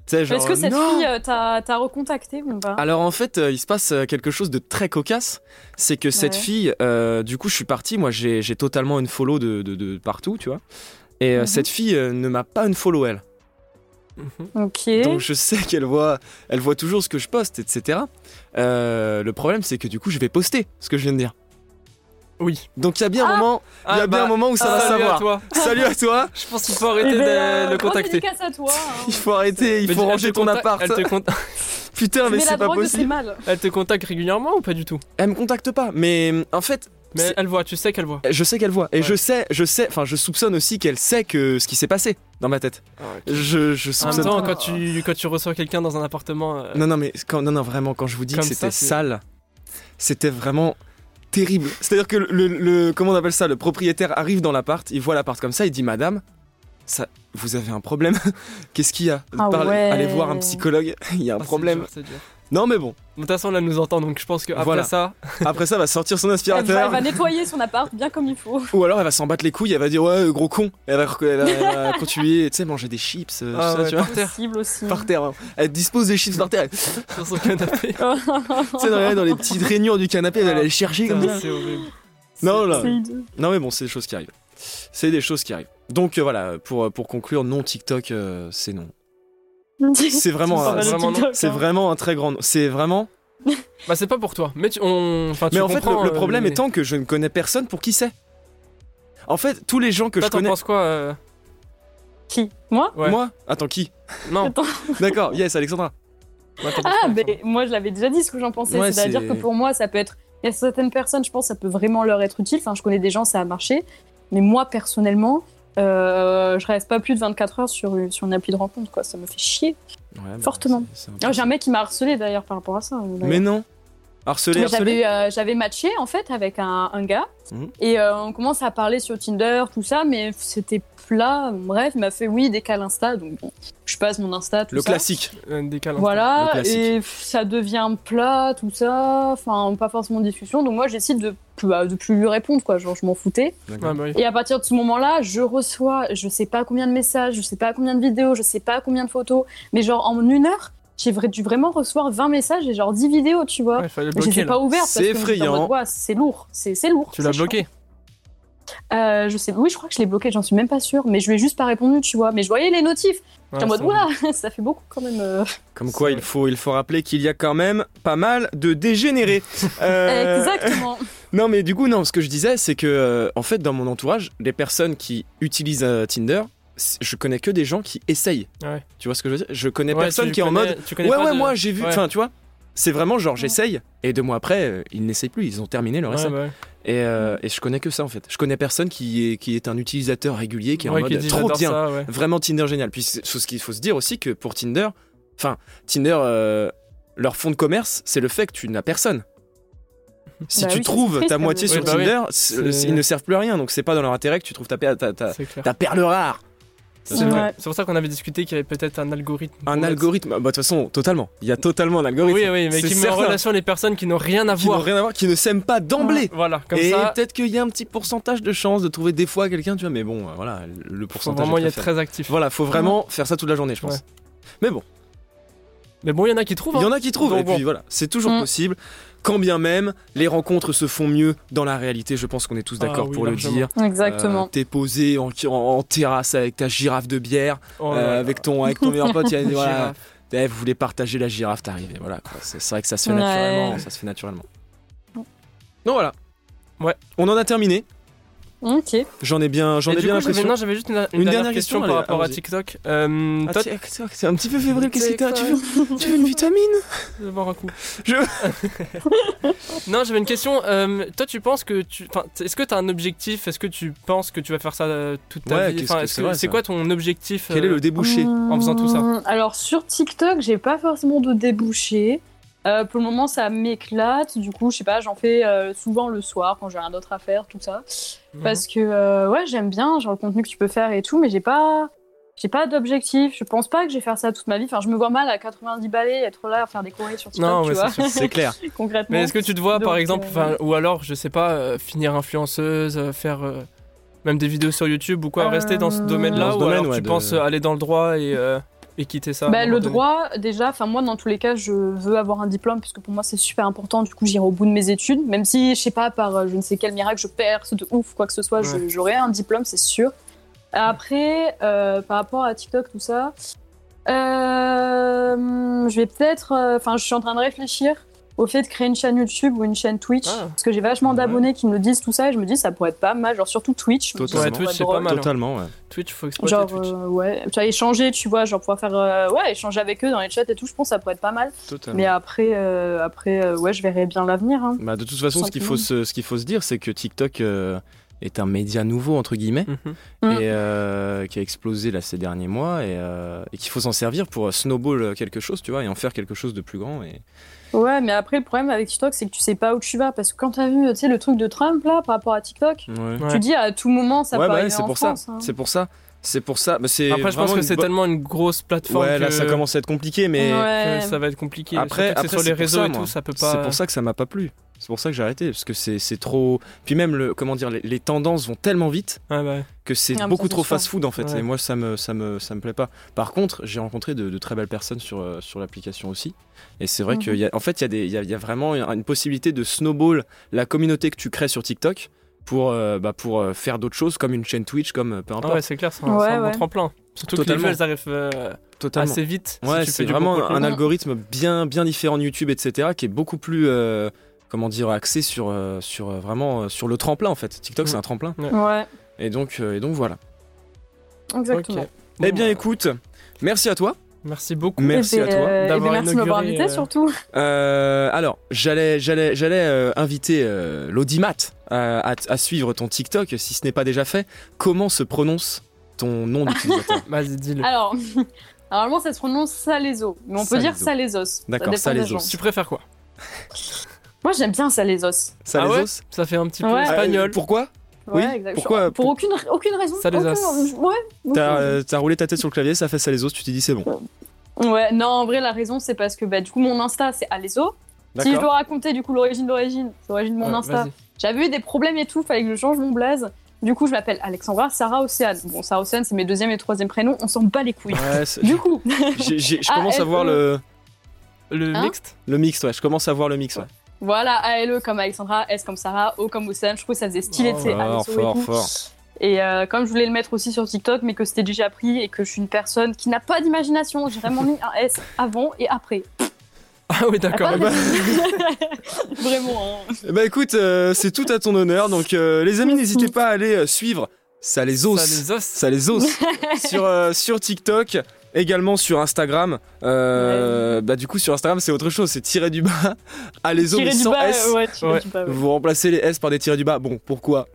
[SPEAKER 1] tu sais, genre.
[SPEAKER 4] Est-ce que cette
[SPEAKER 1] non
[SPEAKER 4] fille euh, t'a t'a recontacté ou pas
[SPEAKER 1] alors en fait, euh, il se passe euh, quelque chose de très cocasse, c'est que cette
[SPEAKER 4] Ouais.
[SPEAKER 1] fille, euh, du coup, je suis parti, moi, j'ai j'ai totalement une follow de, de- de partout, tu vois. Et euh,
[SPEAKER 4] Mhm.
[SPEAKER 1] cette fille euh, ne m'a pas une follow elle.
[SPEAKER 3] Mhm.
[SPEAKER 4] Ok.
[SPEAKER 1] Donc je sais qu'elle voit, elle voit toujours ce que je poste, etc. Euh, le problème, c'est que du coup, je vais poster ce que je viens de dire.
[SPEAKER 3] Oui.
[SPEAKER 1] Donc il y a bien un moment, il y a
[SPEAKER 3] Ah,
[SPEAKER 1] bien
[SPEAKER 3] bah,
[SPEAKER 1] un moment où ça va
[SPEAKER 3] salut
[SPEAKER 1] savoir.
[SPEAKER 3] à toi.
[SPEAKER 1] Salut à toi.
[SPEAKER 3] Je pense qu'il faut
[SPEAKER 4] Eh
[SPEAKER 3] arrêter de
[SPEAKER 4] ben,
[SPEAKER 3] le
[SPEAKER 4] grosse
[SPEAKER 3] contacter.
[SPEAKER 4] dédicace à toi. hein.
[SPEAKER 1] euh, Il faut arrêter, il
[SPEAKER 3] Mais
[SPEAKER 1] faut
[SPEAKER 3] elle te
[SPEAKER 1] ranger ton
[SPEAKER 3] conta-
[SPEAKER 1] appart.
[SPEAKER 3] Elle te, con-
[SPEAKER 1] Putain, mais,
[SPEAKER 4] mais la
[SPEAKER 1] c'est pas
[SPEAKER 4] drogue, c'est
[SPEAKER 1] possible.
[SPEAKER 4] mal.
[SPEAKER 3] elle te contacte régulièrement ou pas du tout
[SPEAKER 1] Elle me contacte pas, mais hum, en fait,
[SPEAKER 3] Mais
[SPEAKER 1] C'est-
[SPEAKER 3] elle voit, tu sais qu'elle voit.
[SPEAKER 1] je sais qu'elle voit et
[SPEAKER 3] Ouais.
[SPEAKER 1] je sais, je sais, enfin, je soupçonne aussi qu'elle sait que ce qui s'est passé dans ma tête. Je, je
[SPEAKER 3] En
[SPEAKER 1] soupçonne.
[SPEAKER 3] même temps, quand tu, quand tu reçois quelqu'un dans un appartement. euh,
[SPEAKER 1] Non, non, mais quand, non, non, vraiment, quand je vous dis
[SPEAKER 3] Comme
[SPEAKER 1] que c'était
[SPEAKER 3] ça, c'est-
[SPEAKER 1] sale, c'était vraiment terrible. C'est-à-dire que le, le- comment on appelle ça, le propriétaire arrive dans l'appart, il voit l'appart comme ça, il dit Madame, ça, vous avez un problème Qu'est-ce qu'il y a
[SPEAKER 4] Ah ouais.
[SPEAKER 1] Allez voir un psychologue, il y a un
[SPEAKER 3] ah, c'est
[SPEAKER 1] problème.
[SPEAKER 3] dur, c'est dur.
[SPEAKER 1] Non, mais bon,
[SPEAKER 3] De toute façon, là, elle nous entend, donc je pense que après
[SPEAKER 1] Voilà.
[SPEAKER 3] ça.
[SPEAKER 1] après ça, va sortir son
[SPEAKER 4] Elle va,
[SPEAKER 1] aspirateur,
[SPEAKER 4] elle va nettoyer son appart bien comme il faut.
[SPEAKER 1] ou alors elle va s'en battre les couilles, elle va dire Ouais, gros con, elle va, elle va- elle va continuer, tu sais, manger des chips, euh,
[SPEAKER 3] Ah
[SPEAKER 1] tout ça,
[SPEAKER 3] ouais,
[SPEAKER 1] tu vois.
[SPEAKER 3] par terre,
[SPEAKER 4] Possible aussi.
[SPEAKER 1] Par terre, hein. elle dispose des chips par terre. Tu
[SPEAKER 3] sur son canapé.
[SPEAKER 1] sais, dans, les- dans les petites rainures du canapé, elle va les chercher comme ça.
[SPEAKER 3] Putain, C'est horrible.
[SPEAKER 1] Non, là.
[SPEAKER 4] C'est hideux.
[SPEAKER 1] Non mais bon, c'est des choses qui arrivent. C'est des choses qui arrivent. Donc euh, voilà, pour, pour conclure, non TikTok, euh, c'est non. C'est vraiment,
[SPEAKER 4] Ça
[SPEAKER 1] un-
[SPEAKER 4] va, le
[SPEAKER 3] vraiment,
[SPEAKER 4] TikTok,
[SPEAKER 1] c'est
[SPEAKER 4] hein.
[SPEAKER 1] vraiment un très grand. non. C'est vraiment.
[SPEAKER 3] Bah, c'est pas pour toi. Mais tu, on. enfin, tu
[SPEAKER 1] Mais en fait,
[SPEAKER 3] comprends,
[SPEAKER 1] le, le
[SPEAKER 3] euh,
[SPEAKER 1] problème
[SPEAKER 3] mais-
[SPEAKER 1] étant que je ne connais personne pour qui c'est. En fait, tous les gens que
[SPEAKER 3] Toi,
[SPEAKER 1] je
[SPEAKER 3] t'en
[SPEAKER 1] connais.
[SPEAKER 3] penses quoi euh,
[SPEAKER 4] Qui Moi
[SPEAKER 3] ouais.
[SPEAKER 1] Moi, attends qui
[SPEAKER 3] Non.
[SPEAKER 4] Attends.
[SPEAKER 1] D'accord, yes, Alexandra.
[SPEAKER 3] Ouais, t'en penses
[SPEAKER 4] Ah,
[SPEAKER 3] quoi,
[SPEAKER 4] mais moi je l'avais déjà dit ce que j'en pensais.
[SPEAKER 1] Ouais,
[SPEAKER 4] C'est-à-dire
[SPEAKER 1] c'est-
[SPEAKER 4] que pour moi, ça peut être. Il y a certaines personnes, je pense, ça peut vraiment leur être utile. Enfin, je connais des gens, ça a marché. Mais moi, personnellement, euh, je reste pas plus de 24 heures sur, sur une appli de rencontre, quoi. Ça me fait chier.
[SPEAKER 1] Ouais, bah,
[SPEAKER 4] Fortement.
[SPEAKER 1] c'est- c'est un peu
[SPEAKER 4] Ah, J'ai
[SPEAKER 1] ça.
[SPEAKER 4] un mec qui m'a harcelé d'ailleurs par rapport à ça. euh, d'ailleurs.
[SPEAKER 1] Mais non. Harcelé,
[SPEAKER 4] Mais
[SPEAKER 1] harcelé.
[SPEAKER 4] J'avais, euh, j'avais matché en fait avec un, un gars
[SPEAKER 1] Mhm.
[SPEAKER 4] et euh, on commence à parler sur Tinder, tout ça, mais c'était plat. Bref, il m'a fait oui, décale Insta, donc bon, je passe mon Insta, tout
[SPEAKER 1] Le
[SPEAKER 4] ça.
[SPEAKER 1] classique.
[SPEAKER 3] Euh, décale, hein.
[SPEAKER 1] Le
[SPEAKER 4] Voilà,
[SPEAKER 1] classique.
[SPEAKER 4] et pff, ça devient plat, tout ça, enfin, pas forcément de discussion, donc moi j'essaie de, bah, de plus lui répondre, quoi, genre je m'en foutais.
[SPEAKER 1] D'accord.
[SPEAKER 3] Ouais, bah oui.
[SPEAKER 4] Et à partir de ce moment-là, je reçois, je sais pas combien de messages, je sais pas combien de vidéos, je sais pas combien de photos, mais genre en une heure, j'ai vra- dû vraiment recevoir 20 messages et genre 10 vidéos, tu vois.
[SPEAKER 3] Ouais, fallait
[SPEAKER 4] Mais je les
[SPEAKER 3] bloquer.
[SPEAKER 4] ai
[SPEAKER 3] là.
[SPEAKER 4] pas ouvertes
[SPEAKER 1] C'est
[SPEAKER 4] parce que j'étais en
[SPEAKER 1] effrayant.
[SPEAKER 4] mode, Ouah, C'est lourd, c'est c'est lourd.
[SPEAKER 3] Tu l'as
[SPEAKER 4] c'est
[SPEAKER 3] bloqué.
[SPEAKER 4] chiant. Euh, Je sais, oui, je crois que je l'ai bloqué, j'en suis même pas sûre, mais je lui ai juste pas répondu, tu vois. Mais je voyais les notifs.
[SPEAKER 3] Ouais,
[SPEAKER 4] J'étais en mode,
[SPEAKER 3] c'est
[SPEAKER 4] Ouah, ça fait beaucoup quand même. euh.
[SPEAKER 1] Comme quoi,
[SPEAKER 3] C'est-
[SPEAKER 1] il faut, il faut rappeler qu'il y a quand même pas mal de dégénérés. Euh,
[SPEAKER 4] Exactement.
[SPEAKER 1] Non, mais du coup, non, ce que je disais, c'est que, euh, en fait, dans mon entourage, les personnes qui utilisent euh, Tinder, c- je connais que des gens qui essayent.
[SPEAKER 3] Ouais.
[SPEAKER 1] Tu vois ce que je veux dire Je connais
[SPEAKER 3] Ouais,
[SPEAKER 1] personne
[SPEAKER 3] tu
[SPEAKER 1] qui est en
[SPEAKER 3] connais-
[SPEAKER 1] mode.
[SPEAKER 3] tu
[SPEAKER 1] Ouais,
[SPEAKER 3] connais pas
[SPEAKER 1] ouais,
[SPEAKER 3] de-
[SPEAKER 1] moi j'ai vu.
[SPEAKER 3] Ouais.
[SPEAKER 1] Enfin, tu vois, c'est vraiment genre j'essaye, et deux mois après, euh, ils n'essayent plus, ils ont terminé leur
[SPEAKER 3] Ouais,
[SPEAKER 1] essai.
[SPEAKER 3] bah ouais.
[SPEAKER 1] Et, euh, et je connais que ça en fait. Je connais personne qui est, qui est un utilisateur régulier, qui est
[SPEAKER 3] Ouais,
[SPEAKER 1] en mode
[SPEAKER 3] qui dit,
[SPEAKER 1] trop
[SPEAKER 3] j'adore
[SPEAKER 1] bien,
[SPEAKER 3] ça, ouais.
[SPEAKER 1] vraiment Tinder génial. Puis c'est- faut- ce qu'il faut se dire aussi que pour Tinder, enfin Tinder, euh, leur fond de commerce, c'est le fait que tu n'as personne. Si tu
[SPEAKER 4] Bah oui, ça, c'est
[SPEAKER 1] trouves
[SPEAKER 4] triste,
[SPEAKER 1] ta
[SPEAKER 4] quand
[SPEAKER 1] moitié
[SPEAKER 4] même.
[SPEAKER 1] sur
[SPEAKER 3] Oui, bah oui.
[SPEAKER 1] Tinder, c'est-
[SPEAKER 3] C'est-
[SPEAKER 1] ils ne servent plus à rien. Donc c'est pas dans leur intérêt que tu trouves ta, per- ta, ta-
[SPEAKER 3] C'est clair.
[SPEAKER 1] ta perle rare.
[SPEAKER 3] C'est
[SPEAKER 4] Ouais.
[SPEAKER 3] vrai. C'est pour ça qu'on avait discuté qu'il y avait peut-être un algorithme.
[SPEAKER 1] Un
[SPEAKER 3] pour-
[SPEAKER 1] algorithme. Bah, De toute façon, totalement. Il y a totalement un
[SPEAKER 3] Oui,
[SPEAKER 1] algorithme.
[SPEAKER 3] oui, mais
[SPEAKER 1] C'est
[SPEAKER 3] qui met en
[SPEAKER 1] certain.
[SPEAKER 3] relation les personnes qui n'ont rien à
[SPEAKER 1] Qui n'ont
[SPEAKER 3] voir.
[SPEAKER 1] rien à voir, qui ne s'aiment pas d'emblée.
[SPEAKER 3] Voilà, comme
[SPEAKER 1] et
[SPEAKER 3] ça,
[SPEAKER 1] peut-être qu'il y a un petit pourcentage de chance de trouver des fois quelqu'un, tu vois, mais bon, euh, voilà, le
[SPEAKER 3] faut
[SPEAKER 1] pourcentage.
[SPEAKER 3] vraiment
[SPEAKER 1] est
[SPEAKER 3] y être
[SPEAKER 1] très faible.
[SPEAKER 3] très actif.
[SPEAKER 1] Voilà, faut vraiment faire ça toute la journée, je pense.
[SPEAKER 3] Ouais.
[SPEAKER 1] Mais bon,
[SPEAKER 3] Mais bon, il y en a qui trouvent.
[SPEAKER 1] il y
[SPEAKER 3] hein.
[SPEAKER 1] en a qui trouvent,
[SPEAKER 3] Donc
[SPEAKER 1] et puis voilà, c'est toujours
[SPEAKER 4] Mm.
[SPEAKER 1] possible. Quand bien même, les rencontres se font mieux dans la réalité, je pense qu'on est tous
[SPEAKER 3] Ah
[SPEAKER 1] d'accord
[SPEAKER 3] oui,
[SPEAKER 1] pour le
[SPEAKER 3] largement.
[SPEAKER 1] dire.
[SPEAKER 4] Exactement.
[SPEAKER 1] Euh, T'es posé en, en- en terrasse avec ta girafe de bière,
[SPEAKER 3] Oh
[SPEAKER 1] euh,
[SPEAKER 3] là là.
[SPEAKER 1] avec ton avec ton meilleur pote, il y a- voilà,
[SPEAKER 3] Girafe.
[SPEAKER 1] Eh, vous voulez partager la girafe, t'arrives, et voilà. quoi. C'est c'est vrai que ça se fait
[SPEAKER 4] Ouais.
[SPEAKER 1] naturellement, ça se fait naturellement. Donc voilà.
[SPEAKER 3] Ouais.
[SPEAKER 1] On en a terminé.
[SPEAKER 4] Ok.
[SPEAKER 1] J'en ai bien, j'en
[SPEAKER 3] Et
[SPEAKER 1] ai
[SPEAKER 3] du
[SPEAKER 1] bien
[SPEAKER 3] coup, j'avais-
[SPEAKER 1] l'impression.
[SPEAKER 3] Non, j'avais juste une, une dernière,
[SPEAKER 1] dernière question,
[SPEAKER 3] question, par
[SPEAKER 1] allez,
[SPEAKER 3] rapport à
[SPEAKER 1] allons-y.
[SPEAKER 3] TikTok. Euh,
[SPEAKER 1] Ah,
[SPEAKER 3] toi,
[SPEAKER 1] tiens, c'est vrai que c'est un petit peu fébrile, qu'est-ce que t'as tu veux,
[SPEAKER 3] veux
[SPEAKER 1] tu veux une vitamine
[SPEAKER 3] Je vais boire un coup.
[SPEAKER 1] Je-
[SPEAKER 3] non, j'avais une question. Euh, toi, tu penses que tu. Enfin, t- est-ce que t'as un objectif Est-ce que tu penses que tu vas faire ça euh, toute ta
[SPEAKER 1] Ouais,
[SPEAKER 3] vie
[SPEAKER 1] qu'est-ce
[SPEAKER 3] Enfin,
[SPEAKER 1] que
[SPEAKER 3] est-ce
[SPEAKER 1] c'est vrai,
[SPEAKER 3] c'est
[SPEAKER 1] ça
[SPEAKER 3] quoi ton objectif
[SPEAKER 1] Quel est
[SPEAKER 3] euh,
[SPEAKER 1] le débouché
[SPEAKER 3] en faisant tout ça
[SPEAKER 4] Mmh, Alors sur TikTok, j'ai pas forcément de débouché. Euh, pour le moment, ça m'éclate. Du coup, je sais pas, j'en fais euh, souvent le soir quand j'ai rien d'autre à faire, tout ça.
[SPEAKER 3] Mhm.
[SPEAKER 4] Parce que euh, ouais, j'aime bien genre le contenu que tu peux faire et tout, mais j'ai pas, j'ai pas d'objectif. Je pense pas que je vais faire ça toute ma vie. Enfin, je me vois mal à 90 balais être là à faire des courriers sur TikTok,
[SPEAKER 3] Non,
[SPEAKER 4] tu
[SPEAKER 3] ouais,
[SPEAKER 4] vois,
[SPEAKER 3] c'est sûr.
[SPEAKER 1] C'est clair.
[SPEAKER 4] concrètement.
[SPEAKER 3] Mais est-ce que tu te vois, par
[SPEAKER 4] Donc,
[SPEAKER 3] exemple,
[SPEAKER 4] euh,
[SPEAKER 3] enfin, ou alors, je sais pas, euh, finir influenceuse, euh, faire euh, même des vidéos sur YouTube ou quoi, rester dans ce
[SPEAKER 4] Euh,
[SPEAKER 3] domaine-là
[SPEAKER 1] Dans ce
[SPEAKER 3] Ou
[SPEAKER 1] domaine,
[SPEAKER 3] alors
[SPEAKER 1] ouais,
[SPEAKER 3] tu
[SPEAKER 1] de-
[SPEAKER 3] penses euh, aller dans le droit et, euh, et quitter ça à un
[SPEAKER 4] Bah, le
[SPEAKER 3] moment donné
[SPEAKER 4] droit, déjà, enfin moi dans tous les cas, je veux avoir un diplôme puisque pour moi c'est super important. Du coup, j'irai au bout de mes études, même si je sais pas par euh, je ne sais quel miracle je perce de ouf quoi que ce soit, je-
[SPEAKER 3] Ouais.
[SPEAKER 4] j'aurai un diplôme, c'est sûr. Après, euh, par rapport à TikTok tout ça, euh, je vais peut-être, euh, enfin je suis en train de réfléchir au fait de créer une chaîne YouTube ou une chaîne Twitch
[SPEAKER 3] Ah.
[SPEAKER 4] parce que j'ai vachement
[SPEAKER 1] Ouais.
[SPEAKER 4] d'abonnés qui me le disent tout ça et je me dis ça pourrait être pas mal, genre surtout Twitch. je me dis, ça
[SPEAKER 1] Totalement.
[SPEAKER 3] Ouais,
[SPEAKER 4] pourrait
[SPEAKER 3] Twitch,
[SPEAKER 4] être
[SPEAKER 3] c'est
[SPEAKER 4] drôle.
[SPEAKER 3] pas mal. hein.
[SPEAKER 1] Totalement, ouais.
[SPEAKER 3] Twitch, faut exploiter
[SPEAKER 4] Genre,
[SPEAKER 3] Twitch.
[SPEAKER 4] euh, ouais, tu vois, échanger, tu vois, genre pouvoir faire, euh, ouais, échanger avec eux dans les chats et tout, je pense que ça pourrait être pas mal.
[SPEAKER 1] Totalement.
[SPEAKER 4] Mais après, euh, après euh, ouais, je verrai bien l'avenir. hein.
[SPEAKER 1] Bah, de toute façon, ce qu'il faut,
[SPEAKER 4] Simplement.
[SPEAKER 1] se- ce qu'il faut se dire, c'est que TikTok euh, est un média nouveau, entre guillemets,
[SPEAKER 3] Mhm.
[SPEAKER 4] Mm.
[SPEAKER 1] et euh, qui a explosé là, ces derniers mois, et, euh, et qu'il faut s'en servir pour euh, snowball quelque chose, tu vois, et en faire quelque chose de plus grand. Et...
[SPEAKER 4] Ouais, mais après, le problème avec TikTok, c'est que tu sais pas où tu vas. Parce que quand t'as vu, tu sais, le truc de Trump, là, par rapport à TikTok,
[SPEAKER 1] Ouais.
[SPEAKER 3] Ouais.
[SPEAKER 4] tu dis à tout moment, ça
[SPEAKER 1] Ouais,
[SPEAKER 4] peut
[SPEAKER 1] bah ouais,
[SPEAKER 4] arriver
[SPEAKER 1] c'est
[SPEAKER 4] en
[SPEAKER 1] pour, ça.
[SPEAKER 4] France. hein.
[SPEAKER 1] C'est pour ça. C'est pour ça. Bah, c'est
[SPEAKER 3] Après, je pense
[SPEAKER 1] vraiment
[SPEAKER 3] que
[SPEAKER 1] une
[SPEAKER 3] c'est
[SPEAKER 1] bo-
[SPEAKER 3] tellement une grosse plateforme
[SPEAKER 1] Ouais,
[SPEAKER 3] que,
[SPEAKER 1] là, ça commence à être compliqué, mais
[SPEAKER 4] Ouais.
[SPEAKER 3] que ça va être compliqué.
[SPEAKER 1] Après-
[SPEAKER 3] Surtout que c'est
[SPEAKER 1] après,
[SPEAKER 3] sur
[SPEAKER 1] c'est
[SPEAKER 3] les
[SPEAKER 1] pour
[SPEAKER 3] réseaux
[SPEAKER 1] ça,
[SPEAKER 3] et tout,
[SPEAKER 1] moi.
[SPEAKER 3] ça peut pas.
[SPEAKER 1] c'est pour ça que ça m'a pas plu. C'est pour ça que j'ai arrêté, parce que c'est c'est trop. Puis même, le, comment dire, les- les tendances vont tellement vite
[SPEAKER 3] Ouais, bah ouais.
[SPEAKER 1] que c'est
[SPEAKER 4] Ah, mais
[SPEAKER 1] beaucoup
[SPEAKER 4] ça, c'est
[SPEAKER 1] trop
[SPEAKER 4] sûr.
[SPEAKER 1] fast-food en fait.
[SPEAKER 3] Ouais.
[SPEAKER 1] Et moi, ça me, ça me, ça me plaît pas. Par contre, j'ai rencontré de, de très belles personnes sur, euh, sur l'application aussi. Et c'est vrai
[SPEAKER 4] Mhm.
[SPEAKER 1] qu'il y a, en fait, il y a des- il y, a, il y a vraiment une possibilité de snowball la communauté que tu crées sur TikTok pour, euh, bah, pour euh, faire d'autres choses comme une chaîne Twitch, comme euh, peu
[SPEAKER 3] Ah
[SPEAKER 1] importe.
[SPEAKER 3] ouais, c'est clair, c'est un, c'est
[SPEAKER 4] Ouais,
[SPEAKER 3] un bon
[SPEAKER 4] ouais.
[SPEAKER 3] tremplin. Surtout que les
[SPEAKER 1] Totalement.
[SPEAKER 3] vues, elles arrivent euh,
[SPEAKER 1] Totalement.
[SPEAKER 3] assez vite. si
[SPEAKER 1] ouais,
[SPEAKER 3] tu fais
[SPEAKER 1] Ah, c'est
[SPEAKER 3] du bon
[SPEAKER 1] vraiment
[SPEAKER 3] contenu.
[SPEAKER 1] un
[SPEAKER 4] contenu.
[SPEAKER 1] algorithme bien, bien différent de YouTube, etc., qui est beaucoup plus. euh, comment dire, axé sur, euh, sur euh, vraiment euh, sur le tremplin en fait. TikTok
[SPEAKER 3] Mhm.
[SPEAKER 1] c'est un tremplin.
[SPEAKER 4] Ouais,
[SPEAKER 1] Et donc, euh, et donc voilà.
[SPEAKER 4] exactement.
[SPEAKER 3] Ok. Bon,
[SPEAKER 1] eh bien
[SPEAKER 3] bah,
[SPEAKER 1] écoute, merci à toi.
[SPEAKER 3] Merci beaucoup.
[SPEAKER 5] Mm.
[SPEAKER 1] Merci
[SPEAKER 4] Et
[SPEAKER 1] à
[SPEAKER 4] puis,
[SPEAKER 1] toi.
[SPEAKER 4] euh, et
[SPEAKER 3] d'avoir
[SPEAKER 4] puis merci de m'avoir
[SPEAKER 3] inauguré,
[SPEAKER 4] invité
[SPEAKER 3] euh,
[SPEAKER 4] surtout.
[SPEAKER 1] Euh, alors, j'allais, j'allais, j'allais euh, inviter euh, l'audimat euh, à, t- à suivre ton TikTok si ce n'est pas déjà fait. Comment se prononce ton nom d'utilisateur
[SPEAKER 3] Vas-y, dis-le.
[SPEAKER 4] Alors, normalement, ça se prononce Salézo, mais on peut dire
[SPEAKER 1] Salézo.
[SPEAKER 4] Salézos. Ça
[SPEAKER 1] D'accord,
[SPEAKER 4] dépend des
[SPEAKER 1] Salézos.
[SPEAKER 4] gens.
[SPEAKER 3] Tu préfères quoi
[SPEAKER 4] Moi, j'aime bien Salézos.
[SPEAKER 1] Ça
[SPEAKER 3] Ah
[SPEAKER 1] les
[SPEAKER 3] ouais
[SPEAKER 1] os
[SPEAKER 3] Ça fait un petit peu
[SPEAKER 4] Ah Ouais.
[SPEAKER 1] Euh,
[SPEAKER 3] espagnol.
[SPEAKER 1] pourquoi Oui,
[SPEAKER 4] Ouais, exact.
[SPEAKER 1] pourquoi-
[SPEAKER 4] Pour aucune, aucune raison.
[SPEAKER 3] Salézos.
[SPEAKER 4] Aucun- Ouais.
[SPEAKER 1] T'as,
[SPEAKER 4] aucune-
[SPEAKER 1] euh, t'as roulé ta tête sur le clavier, ça fait ça les os, tu t'es dit c'est bon.
[SPEAKER 4] Ouais, non, en vrai, la raison, c'est parce que bah, du coup, mon Insta, c'est Alesso. Si je dois raconter du coup l'origine d'origine, l'origine de mon
[SPEAKER 3] Ouais,
[SPEAKER 4] Insta,
[SPEAKER 3] Euh, vas-y.
[SPEAKER 4] j'avais eu des problèmes et tout, fallait que je change mon blaze. Du coup, je m'appelle Alexandra Sarah Océane. Bon, Sarah Océane, c'est mes deuxième et troisième prénoms, on s'en bat les couilles.
[SPEAKER 1] Ouais, c'est-
[SPEAKER 4] Du coup,
[SPEAKER 1] j'ai- j'ai- je commence à voir le,
[SPEAKER 3] Le
[SPEAKER 4] Hein
[SPEAKER 3] mixte
[SPEAKER 1] le mix, ouais. Je commence à voir le mix, ouais.
[SPEAKER 4] voilà, ALE comme Alexandra, S comme Sarah, O comme Océane. Je trouve que ça faisait stylé,
[SPEAKER 3] Oh,
[SPEAKER 4] tu sais,
[SPEAKER 1] fort,
[SPEAKER 4] Alesso et
[SPEAKER 1] fort,
[SPEAKER 4] tout.
[SPEAKER 1] fort.
[SPEAKER 4] Et euh, comme je voulais le mettre aussi sur TikTok, mais que c'était déjà pris et que je suis une personne qui n'a pas d'imagination, j'ai vraiment mis un S avant et après.
[SPEAKER 3] Ah oui, d'accord.
[SPEAKER 4] Ah,
[SPEAKER 3] Eh ben,
[SPEAKER 4] pas de- vraiment, hein.
[SPEAKER 1] Eh ben, écoute, euh, c'est tout à ton honneur. Donc, euh, les amis, n'hésitez pas à aller euh, suivre ça les os.
[SPEAKER 3] Ça les os.
[SPEAKER 1] ça les os sur, euh, sur TikTok.
[SPEAKER 5] Également sur Instagram. euh, Bah, du coup, sur Instagram, c'est autre chose. C'est tiré du bas à les autres
[SPEAKER 4] Tirer du
[SPEAKER 5] sans
[SPEAKER 4] bas,
[SPEAKER 5] S.
[SPEAKER 4] euh, ouais, tirer
[SPEAKER 3] Ouais.
[SPEAKER 4] du bas, ouais.
[SPEAKER 5] Vous remplacez les S par des tirés du bas. Bon, pourquoi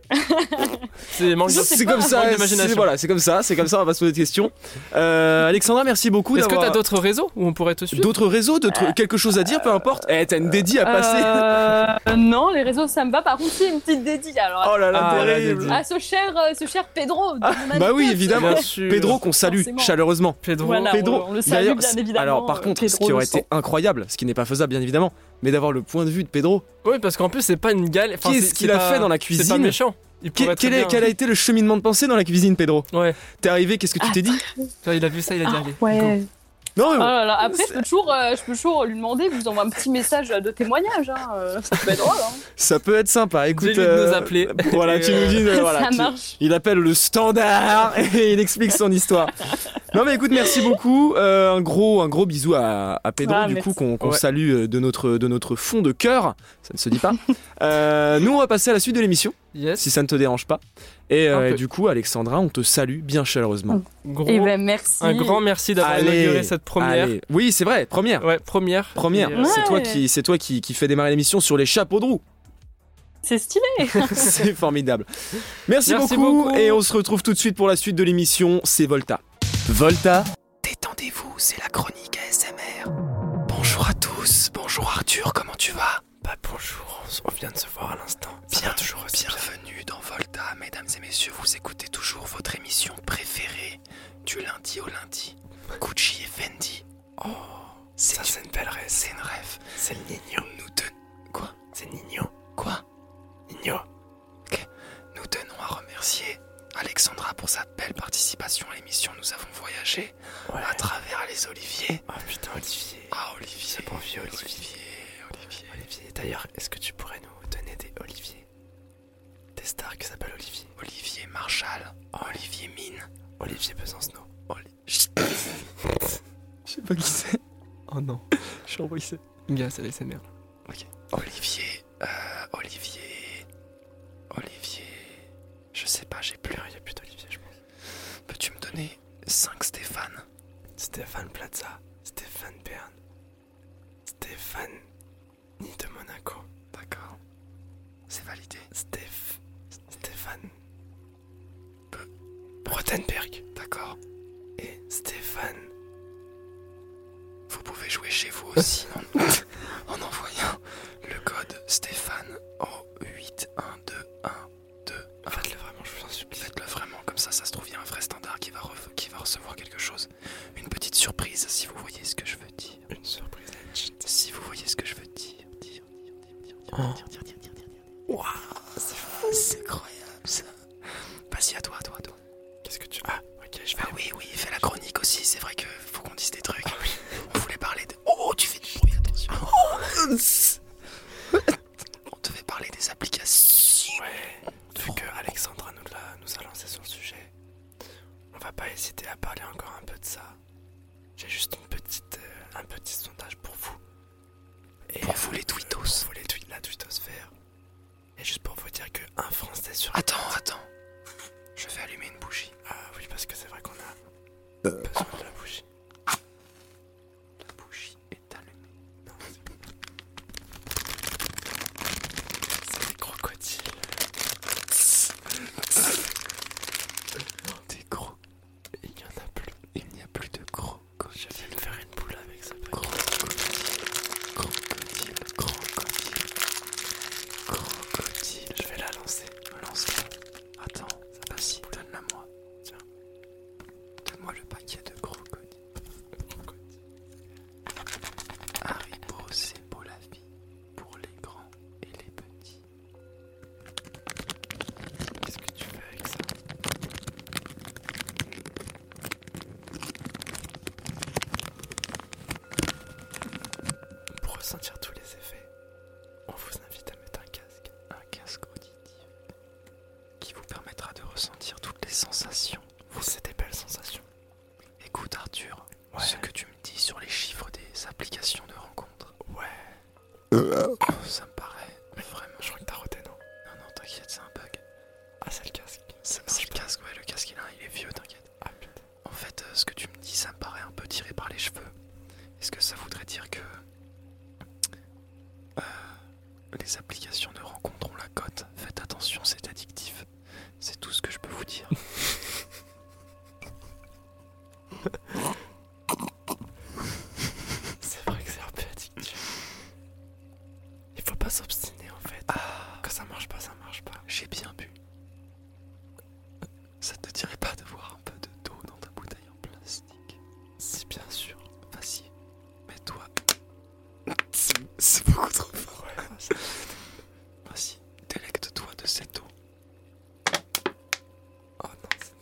[SPEAKER 3] C'est manque de-
[SPEAKER 4] sais
[SPEAKER 5] C'est
[SPEAKER 4] pas.
[SPEAKER 5] comme ça.
[SPEAKER 3] Manque
[SPEAKER 5] c'est-
[SPEAKER 3] d'imagination.
[SPEAKER 5] Voilà, c'est comme ça. C'est comme ça. On va pas se poser de questions. Euh, Alexandra, merci beaucoup
[SPEAKER 3] Est-ce que t'as
[SPEAKER 5] d'avoir
[SPEAKER 3] d'autres réseaux où on pourrait te suivre
[SPEAKER 5] d'autres réseaux, d'autres quelque chose à dire, peu importe. Eh, t'as une dédie à passer.
[SPEAKER 4] Euh, non, les réseaux, ça me va. Par contre, c'est une petite dédie. Alors,
[SPEAKER 5] Oh là là,
[SPEAKER 3] Ah, la
[SPEAKER 5] terrible.
[SPEAKER 3] dédie.
[SPEAKER 4] à ce cher, euh, ce cher Pedro. de
[SPEAKER 5] Bah oui,
[SPEAKER 4] Manifeste.
[SPEAKER 5] évidemment.
[SPEAKER 3] Bien sûr.
[SPEAKER 5] Pedro qu'on salue
[SPEAKER 4] Forcément.
[SPEAKER 5] chaleureusement.
[SPEAKER 3] Pedro.
[SPEAKER 4] Voilà,
[SPEAKER 5] Pedro,
[SPEAKER 4] on, on le salue
[SPEAKER 5] D'ailleurs,
[SPEAKER 4] bien
[SPEAKER 5] c'est-
[SPEAKER 4] évidemment.
[SPEAKER 5] Alors par
[SPEAKER 4] euh,
[SPEAKER 5] contre, ce
[SPEAKER 4] Pedro
[SPEAKER 5] qui aurait
[SPEAKER 4] le sang.
[SPEAKER 5] été incroyable, ce qui n'est pas faisable bien évidemment, mais d'avoir le point de vue de Pedro.
[SPEAKER 3] Oui, parce qu'en plus, c'est pas une galère. Enfin,
[SPEAKER 5] Qu'est-ce
[SPEAKER 3] c'est-
[SPEAKER 5] qu'il
[SPEAKER 3] c'est
[SPEAKER 5] a
[SPEAKER 3] pas-
[SPEAKER 5] fait dans la
[SPEAKER 3] C'est pas
[SPEAKER 5] cuisine
[SPEAKER 3] méchant. Il
[SPEAKER 5] Que-
[SPEAKER 3] pourrait
[SPEAKER 5] quel,
[SPEAKER 3] très
[SPEAKER 5] est-
[SPEAKER 3] bien- hein.
[SPEAKER 5] quel a été le cheminement de pensée dans la cuisine, Pedro
[SPEAKER 3] Ouais.
[SPEAKER 5] T'es arrivé, qu'est-ce que tu t'es dit
[SPEAKER 3] Tu vois, Il a vu ça, il a dit
[SPEAKER 4] Ah,
[SPEAKER 3] allez. go.
[SPEAKER 4] ouais.
[SPEAKER 5] Non, mais
[SPEAKER 4] Oh
[SPEAKER 5] bon.
[SPEAKER 4] là là. Après, je peux, toujours, euh, je peux toujours lui demander, il vous envoie un petit message de témoignage. hein, euh, Ça peut être drôle. hein.
[SPEAKER 5] ça peut être sympa. Écoute, euh,
[SPEAKER 3] Dis-lui de nous appeler.
[SPEAKER 5] Voilà,
[SPEAKER 3] Et,
[SPEAKER 5] tu
[SPEAKER 3] euh,
[SPEAKER 5] nous dis. euh, voilà,
[SPEAKER 4] ça
[SPEAKER 5] tu-
[SPEAKER 4] marche.
[SPEAKER 5] Il appelle le standard et il explique son histoire. Non mais écoute, merci beaucoup. Euh, un gros, un gros bisou à, à Pedro
[SPEAKER 4] Ah,
[SPEAKER 5] du
[SPEAKER 4] merci.
[SPEAKER 5] coup qu'on qu'on
[SPEAKER 3] Ouais.
[SPEAKER 5] salue euh, de notre de notre fond de cœur. Ça ne se dit pas. Euh, nous on va passer à la suite de l'émission
[SPEAKER 3] Yes.
[SPEAKER 5] si ça ne te dérange pas. Et
[SPEAKER 3] Un
[SPEAKER 5] euh,
[SPEAKER 3] peu.
[SPEAKER 5] du coup, Alexandra, on te salue bien chaleureusement.
[SPEAKER 3] Gros-
[SPEAKER 4] Et ben, merci.
[SPEAKER 3] Un grand merci d'avoir inauguré cette première. Oh.
[SPEAKER 5] Allez. Oui, c'est vrai,
[SPEAKER 6] Ah.
[SPEAKER 5] première.
[SPEAKER 3] Ouais, première.
[SPEAKER 5] Première,
[SPEAKER 3] Et, euh,
[SPEAKER 4] Ouais.
[SPEAKER 5] c'est toi qui, c'est toi qui, qui fait démarrer l'émission sur les chapeaux de roue.
[SPEAKER 4] C'est stylé.
[SPEAKER 5] C'est formidable. Merci,
[SPEAKER 3] Merci
[SPEAKER 5] beaucoup,
[SPEAKER 3] beaucoup.
[SPEAKER 5] et on se retrouve tout de suite pour la suite de l'émission. C'est Volta. Volta.
[SPEAKER 1] Détendez-vous, c'est la chronique ASMR. Bonjour à tous, bonjour Arthur, comment tu vas Bah bonjour, on vient de se voir à l'instant. Bien, toujours bienvenue dans Volta, mesdames et messieurs, vous écoutez toujours votre émission préférée du lundi au lundi. Gucci et Fendi. Oh, ça c'est une belle rêve. C'est une rêve. C'est Nino. Nous te- Quoi C'est Nino. Quoi Nino. Ok. Nous tenons à remercier Alexandra pour sa belle participation à l'émission. Nous avons voyagé à travers les oliviers.
[SPEAKER 6] Ah putain Olivier,
[SPEAKER 1] Ah, Olivier.
[SPEAKER 6] bon vieux Olivier.
[SPEAKER 1] Olivier.
[SPEAKER 6] Olivier. D'ailleurs, est-ce que tu pourrais nous donner des Olivier Des stars qui s'appellent Olivier. Oh.
[SPEAKER 1] Olivier Marshall. Olivier Mine.
[SPEAKER 6] Olivier Besancenot.
[SPEAKER 5] Je sais pas qui c'est.
[SPEAKER 3] Oh non.
[SPEAKER 5] Je sais pas qui c'est.
[SPEAKER 3] Gars, c'est l'ASMR.
[SPEAKER 1] Olivier. euh, Olivier. Olivier. Je sais pas, j'ai plus.
[SPEAKER 6] Il y a plus d'Olivier, je pense.
[SPEAKER 1] Peux-tu me donner 5 Stéphane
[SPEAKER 6] Stéphane Plaza, Stéphane Bern, Stéphane Ni de Monaco,
[SPEAKER 1] D'accord. C'est validé.
[SPEAKER 6] Steph, Stéphane Pe- Rotenberg
[SPEAKER 1] D'accord.
[SPEAKER 6] et Stéphane.
[SPEAKER 1] Vous pouvez jouer chez vous aussi hein. en, en envoyant le code Stéphane au 81212.
[SPEAKER 6] Faites-le vraiment, je vous en supplie.
[SPEAKER 1] Faites-le vraiment, comme ça, ça se trouve, il y a un vrai standard qui va, re- qui va recevoir quelque chose. Une petite surprise, si vous voyez ce que je veux dire.
[SPEAKER 6] Une surprise. à Jit.
[SPEAKER 1] Si vous voyez ce que je veux dire. Dire, dire, dire, dire,
[SPEAKER 6] Oh.
[SPEAKER 1] dire, dire, dire, dire, dire, dire, dire. Waouh, c'est fou, c'est incroyable ça. Vas-y, à toi, à toi, à toi.
[SPEAKER 6] Qu'est-ce que tu. Ah, ok, je vais. Ah
[SPEAKER 1] Ah oui, oui, fais la chronique aussi, c'est vrai que faut qu'on dise des trucs. On voulait parler de. Oh, tu fais du bruit, attention. On devait parler des applications.
[SPEAKER 6] Vu que Alexandra nous l'a- nous a lancé sur le sujet, on va pas hésiter à parler encore un peu de ça. J'ai juste une petite, euh, un petit sondage pour vous. Et
[SPEAKER 1] Pour vous, les
[SPEAKER 6] euh,
[SPEAKER 1] tweetos.
[SPEAKER 6] Pour vous les tweet, la tweetosphère. Et juste pour vous dire que un Français sur
[SPEAKER 1] Attends, attends. Je vais allumer une bougie.
[SPEAKER 6] ah oui parce que c'est vrai qu'on a besoin de la bougie.
[SPEAKER 1] La bougie est allumée.
[SPEAKER 6] Non, c'est C'est des crocodiles.
[SPEAKER 1] Des gros.
[SPEAKER 6] Il y en a plus.
[SPEAKER 1] Il n'y a plus de gros.
[SPEAKER 6] Je vais me faire une boule avec ça.
[SPEAKER 1] Crocodile, crocodile, crocodile, crocodile.
[SPEAKER 6] Je vais la lancer.
[SPEAKER 1] Lance-la. Attends, ça va si, donne-la moi. Tiens. Donne-moi le paquet de crocodile. Haribo, c'est beau la vie. Pour les grands et les petits.
[SPEAKER 6] Qu'est-ce que tu fais avec ça Pour ressentir tous les effets, on vous invite à mettre un casque.
[SPEAKER 1] Un casque auditif qui vous permettra de ressentir toutes les sensations.
[SPEAKER 6] Vous, c'est des belles sensations.
[SPEAKER 1] Écoute, Arthur, ce que tu me dis sur les chiffres des applications de rencontres. Euh.
[SPEAKER 6] Ouais.
[SPEAKER 1] Ça me paraît vraiment.
[SPEAKER 6] Je crois que t'as roté, non
[SPEAKER 1] Non, non, t'inquiète, c'est un bug.
[SPEAKER 6] Ah, c'est le casque.
[SPEAKER 1] C'est c'est le casque, ouais, le casque il, a- il est vieux, t'inquiète.
[SPEAKER 6] Ah putain.
[SPEAKER 1] En fait, euh, ce que tu me dis, ça me paraît un peu euh,
[SPEAKER 2] Ah. J'ai bien bu. Ça te dirait pas d'avoir un peu de d'eau dans ta bouteille en plastique Si bien sûr. Vas-y. Mets-toi. C'est- C'est beaucoup trop fort. Vas-y. Délecte-toi de cette eau. Oh non, c'est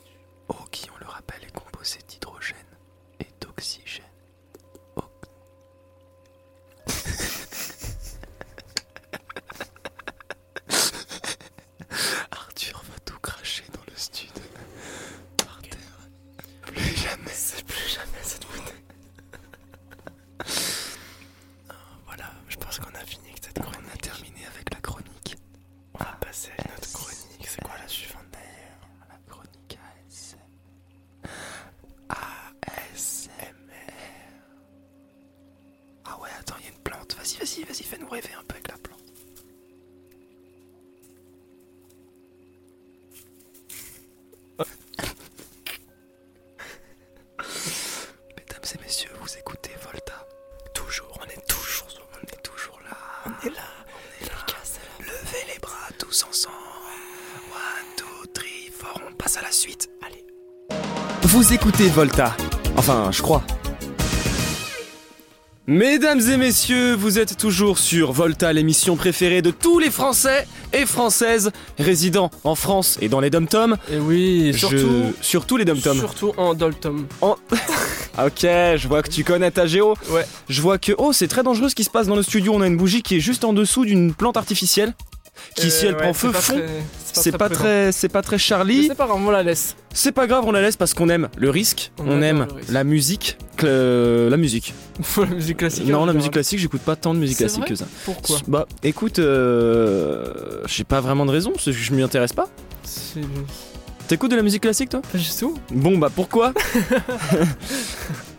[SPEAKER 2] Eau qui, on le rappelle, est composée d'hydrogène et d'oxygène. Oh. Arthur va tout cracher dans le stud. Par terre. Plus jamais. C'est plus jamais cette bouteille. Euh,
[SPEAKER 7] Voilà, je pense qu'on a fini avec cette
[SPEAKER 2] On
[SPEAKER 7] chronique.
[SPEAKER 2] a terminé avec la chronique.
[SPEAKER 7] On va passer à notre
[SPEAKER 2] S.
[SPEAKER 7] chronique. C'est quoi la suivante d'ailleurs
[SPEAKER 2] La chronique ASM. Ah ouais, attends, il y a une plante. Vas-y, vas-y, vas-y, fais-nous rêver un peu avec la plante. Mesdames et messieurs, vous écoutez Volta. Toujours, on est toujours, on est toujours là. On est là. On est là. Levez les bras tous ensemble. One, two, three, four. On passe à la suite. Allez.
[SPEAKER 1] Vous écoutez Volta. Enfin, je crois. Mesdames et messieurs, vous êtes toujours sur Volta, l'émission préférée de tous les Français et Françaises résidant en France et dans les dom-toms.
[SPEAKER 3] Et oui,
[SPEAKER 1] Je-
[SPEAKER 3] surtout.
[SPEAKER 1] Surtout les dom-toms.
[SPEAKER 3] Surtout en Doltom.
[SPEAKER 1] Ah, Ok, je vois que tu connais ta géo.
[SPEAKER 3] Ouais.
[SPEAKER 1] Je vois que, oh, c'est très dangereux ce qui se passe dans le studio. On a une bougie qui est juste en dessous d'une plante artificielle qui, si
[SPEAKER 3] Euh,
[SPEAKER 1] elle prend feu, fond. C'est pas très, c'est pas très
[SPEAKER 3] Mais
[SPEAKER 1] Charlie.
[SPEAKER 3] C'est pas grave, on la laisse.
[SPEAKER 1] C'est pas grave, on la laisse parce qu'on aime le risque,
[SPEAKER 3] On
[SPEAKER 1] on,
[SPEAKER 3] adore
[SPEAKER 1] aime
[SPEAKER 3] le risque.
[SPEAKER 1] la musique, que- la musique.
[SPEAKER 3] la musique classique. en
[SPEAKER 1] non, la
[SPEAKER 3] général.
[SPEAKER 1] musique classique, j'écoute pas tant de musique
[SPEAKER 3] hein. C'est
[SPEAKER 1] classique
[SPEAKER 3] vrai
[SPEAKER 1] que ça.
[SPEAKER 3] Pourquoi
[SPEAKER 1] Bah, écoute, euh, j'ai pas vraiment de raison, parce que je m'y intéresse pas.
[SPEAKER 3] C'est
[SPEAKER 1] T'écoutes de la musique classique, toi
[SPEAKER 3] pas du tout.
[SPEAKER 1] Bon bah pourquoi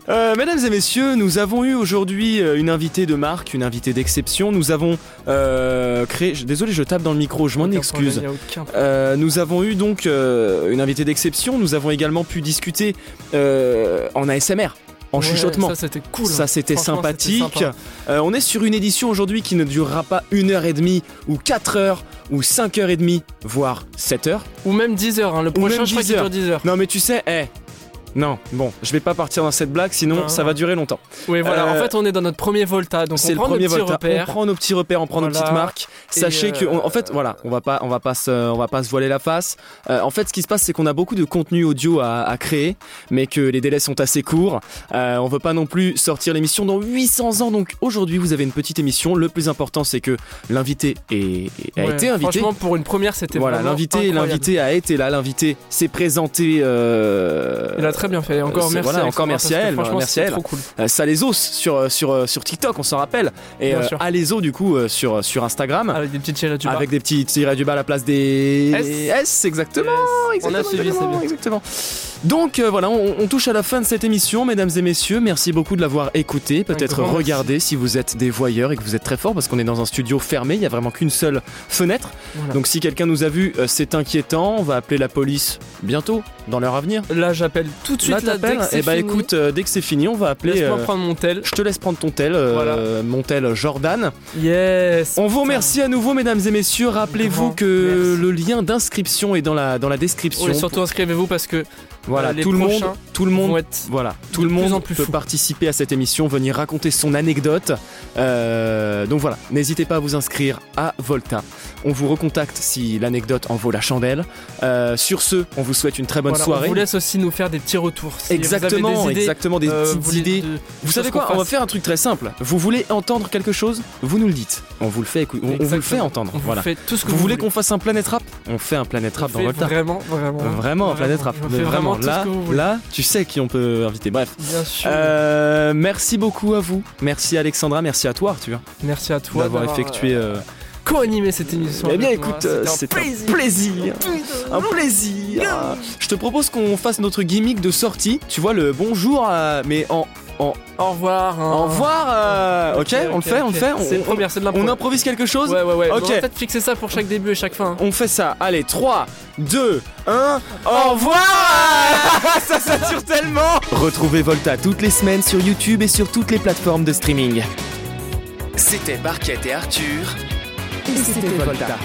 [SPEAKER 1] Euh, mesdames et messieurs, nous avons eu aujourd'hui euh, une invitée de marque, une invitée d'exception. Nous avons euh, créé. je- Désolé, je tape dans le micro, je m'en
[SPEAKER 3] Aucun
[SPEAKER 1] excuse.
[SPEAKER 3] problème, y a aucun-
[SPEAKER 1] Euh, nous avons eu donc euh, une invitée d'exception. Nous avons également pu discuter euh, en ASMR, en
[SPEAKER 3] Ouais,
[SPEAKER 1] chuchotement.
[SPEAKER 3] Ça, c'était cool. hein.
[SPEAKER 1] Ça c'était
[SPEAKER 3] Franchement,
[SPEAKER 1] sympathique.
[SPEAKER 3] c'était sympa.
[SPEAKER 1] Euh, on est sur une édition aujourd'hui qui ne durera pas une heure et demie ou quatre heures ou cinq heures et demie, voire sept heures.
[SPEAKER 3] Ou même 10 heures. hein, Le prochain,
[SPEAKER 1] même
[SPEAKER 3] je crois
[SPEAKER 1] 10
[SPEAKER 3] qu'il dure
[SPEAKER 1] heures.
[SPEAKER 3] 10 heures.
[SPEAKER 1] Non mais tu sais, eh. Non, bon, je vais pas partir dans cette blague, sinon
[SPEAKER 3] Ah.
[SPEAKER 1] ça va durer longtemps.
[SPEAKER 3] Oui, voilà.
[SPEAKER 1] Euh,
[SPEAKER 3] En fait, on est dans notre premier Volta. Donc,
[SPEAKER 1] C'est
[SPEAKER 3] on
[SPEAKER 1] le
[SPEAKER 3] prend nos
[SPEAKER 1] premier
[SPEAKER 3] petits
[SPEAKER 1] Volta. On
[SPEAKER 3] repères.
[SPEAKER 1] prend nos petits repères, on prend nos
[SPEAKER 3] Voilà.
[SPEAKER 1] petites marques.
[SPEAKER 3] Et,
[SPEAKER 1] Sachez que,
[SPEAKER 3] euh,
[SPEAKER 1] on- en fait, voilà, on va pas, on va pas se, on va pas se voiler la face. Euh, en fait, ce qui se passe, c'est qu'on a beaucoup de contenu audio à, à créer, mais que les délais sont assez courts. Euh, on veut pas non plus sortir l'émission dans 800 ans. Donc aujourd'hui, vous avez une petite émission. Le plus important, c'est que l'invité est- a
[SPEAKER 3] Ouais,
[SPEAKER 1] été invité.
[SPEAKER 3] Franchement, pour une première, c'était
[SPEAKER 1] Voilà,
[SPEAKER 3] vraiment
[SPEAKER 1] l'invité,
[SPEAKER 3] incroyable.
[SPEAKER 1] l'invité a été là, l'invité s'est présenté. euh,
[SPEAKER 3] Il a très bien fait. Et encore
[SPEAKER 1] c'est-
[SPEAKER 3] merci.
[SPEAKER 1] voilà,
[SPEAKER 3] à
[SPEAKER 1] encore
[SPEAKER 3] Alexandra,
[SPEAKER 1] merci à
[SPEAKER 3] parce que
[SPEAKER 1] elle,
[SPEAKER 3] Franchement,
[SPEAKER 1] merci
[SPEAKER 3] c'était
[SPEAKER 1] à elle.
[SPEAKER 3] trop cool.
[SPEAKER 1] euh, ça les os sur euh, sur euh, sur TikTok, on s'en rappelle, et
[SPEAKER 3] Bien
[SPEAKER 1] euh,
[SPEAKER 3] sûr. Ah,
[SPEAKER 1] Alézo du coup euh, sur sur Instagram.
[SPEAKER 3] Avec des petites chéries du
[SPEAKER 1] avec des petits tirés du bas à la place des
[SPEAKER 3] S.
[SPEAKER 1] exactement. exactement,
[SPEAKER 3] suivi,
[SPEAKER 1] exactement,
[SPEAKER 3] c'est bien.
[SPEAKER 1] exactement. Donc euh, voilà, on, on touche à la fin de cette émission, mesdames et messieurs. Merci beaucoup de l'avoir écouté, peut-être
[SPEAKER 3] grand merci.
[SPEAKER 1] regardé si vous êtes des voyeurs et que vous êtes très forts, parce qu'on est dans un studio fermé, il y a vraiment qu'une seule fenêtre.
[SPEAKER 3] Voilà.
[SPEAKER 1] Donc si quelqu'un nous a vus, euh, c'est inquiétant. On va appeler la police bientôt, dans l'heure à venir.
[SPEAKER 3] Là, j'appelle tout de suite. Là, dès que
[SPEAKER 1] t'appelles.
[SPEAKER 3] c'est
[SPEAKER 1] Et bah
[SPEAKER 3] fini,
[SPEAKER 1] écoute, euh, dès que c'est fini, on va appeler.
[SPEAKER 3] laisse-moi
[SPEAKER 1] euh,
[SPEAKER 3] prendre mon tel.
[SPEAKER 1] je te laisse prendre ton tel, euh,
[SPEAKER 3] Voilà.
[SPEAKER 1] mon tel Jordan.
[SPEAKER 3] Yes.
[SPEAKER 1] On vous remercie à nouveau, mesdames et messieurs. Rappelez-vous
[SPEAKER 3] Grand
[SPEAKER 1] que
[SPEAKER 3] merci.
[SPEAKER 1] le lien d'inscription est dans la, dans la description.
[SPEAKER 3] Oui, surtout inscrivez-vous parce que
[SPEAKER 1] voilà,
[SPEAKER 3] euh, les
[SPEAKER 1] tout le monde,
[SPEAKER 3] prochains
[SPEAKER 1] tout le monde,
[SPEAKER 3] vont être
[SPEAKER 1] voilà, tout
[SPEAKER 3] de
[SPEAKER 1] le
[SPEAKER 3] plus en
[SPEAKER 1] monde
[SPEAKER 3] plus
[SPEAKER 1] peut
[SPEAKER 3] fous.
[SPEAKER 1] participer à cette émission, venir raconter son anecdote. Euh, donc voilà, n'hésitez pas à vous inscrire à Volta. On vous recontacte si l'anecdote en vaut la chandelle. Euh, sur ce, on vous souhaite une très bonne
[SPEAKER 3] Voilà,
[SPEAKER 1] soirée.
[SPEAKER 3] On vous laisse aussi nous faire des petits retours. Si
[SPEAKER 1] Exactement,
[SPEAKER 3] vous avez des idées,
[SPEAKER 1] exactement des
[SPEAKER 3] euh,
[SPEAKER 1] petites
[SPEAKER 3] voulez-
[SPEAKER 1] idées.
[SPEAKER 3] de- des
[SPEAKER 1] Vous
[SPEAKER 3] choses
[SPEAKER 1] savez quoi
[SPEAKER 3] qu'on
[SPEAKER 1] On va
[SPEAKER 3] fasse.
[SPEAKER 1] faire un truc très simple. Vous voulez entendre quelque chose Vous nous le dites. On vous le fait, écou- on, on vous le fait
[SPEAKER 3] Exactement.
[SPEAKER 1] entendre.
[SPEAKER 3] On vous
[SPEAKER 1] voilà.
[SPEAKER 3] fait tout ce que
[SPEAKER 1] Vous, voulez qu'on fasse un Planet Rap On fait un Planet Rap
[SPEAKER 3] On
[SPEAKER 1] dans
[SPEAKER 3] fait
[SPEAKER 1] Volta.
[SPEAKER 3] Vraiment, vraiment.
[SPEAKER 1] Vraiment un Planet Rap.
[SPEAKER 3] On
[SPEAKER 1] Mais
[SPEAKER 3] fait
[SPEAKER 1] Vraiment,
[SPEAKER 3] tout ce
[SPEAKER 1] là,
[SPEAKER 3] que vous voulez.
[SPEAKER 1] là, tu sais qui on peut inviter. Bref.
[SPEAKER 3] Bien sûr.
[SPEAKER 1] Euh, merci beaucoup à vous. Merci Alexandra, merci à toi Arthur
[SPEAKER 3] Merci à toi
[SPEAKER 1] d'avoir effectué. euh,
[SPEAKER 3] co-animé cette émission.
[SPEAKER 1] Eh bien
[SPEAKER 3] avec moi.
[SPEAKER 1] écoute, euh,
[SPEAKER 3] bah, C'était
[SPEAKER 1] c'est un plaisir. Un plaisir. Je te propose qu'on fasse notre gimmick de sortie. Tu vois le bonjour, à- mais en
[SPEAKER 3] un- Au revoir. hein.
[SPEAKER 1] au revoir. euh, ok, on le
[SPEAKER 3] ok,
[SPEAKER 1] fait, on
[SPEAKER 3] ok.
[SPEAKER 1] le fait.
[SPEAKER 3] C'est
[SPEAKER 1] On,
[SPEAKER 3] première, c'est de l'impro.
[SPEAKER 1] on improvise quelque chose.
[SPEAKER 3] Ouais, ouais, ouais.
[SPEAKER 1] Ok.
[SPEAKER 3] On va peut-être fixer ça pour chaque début et chaque fin. hein.
[SPEAKER 1] On fait ça. Allez, 3, 2, 1, au revoir Ça sature tellement Retrouvez Volta toutes les semaines sur YouTube et sur toutes les plateformes de streaming. C'était Barquette et Arthur. Et c'était Volta.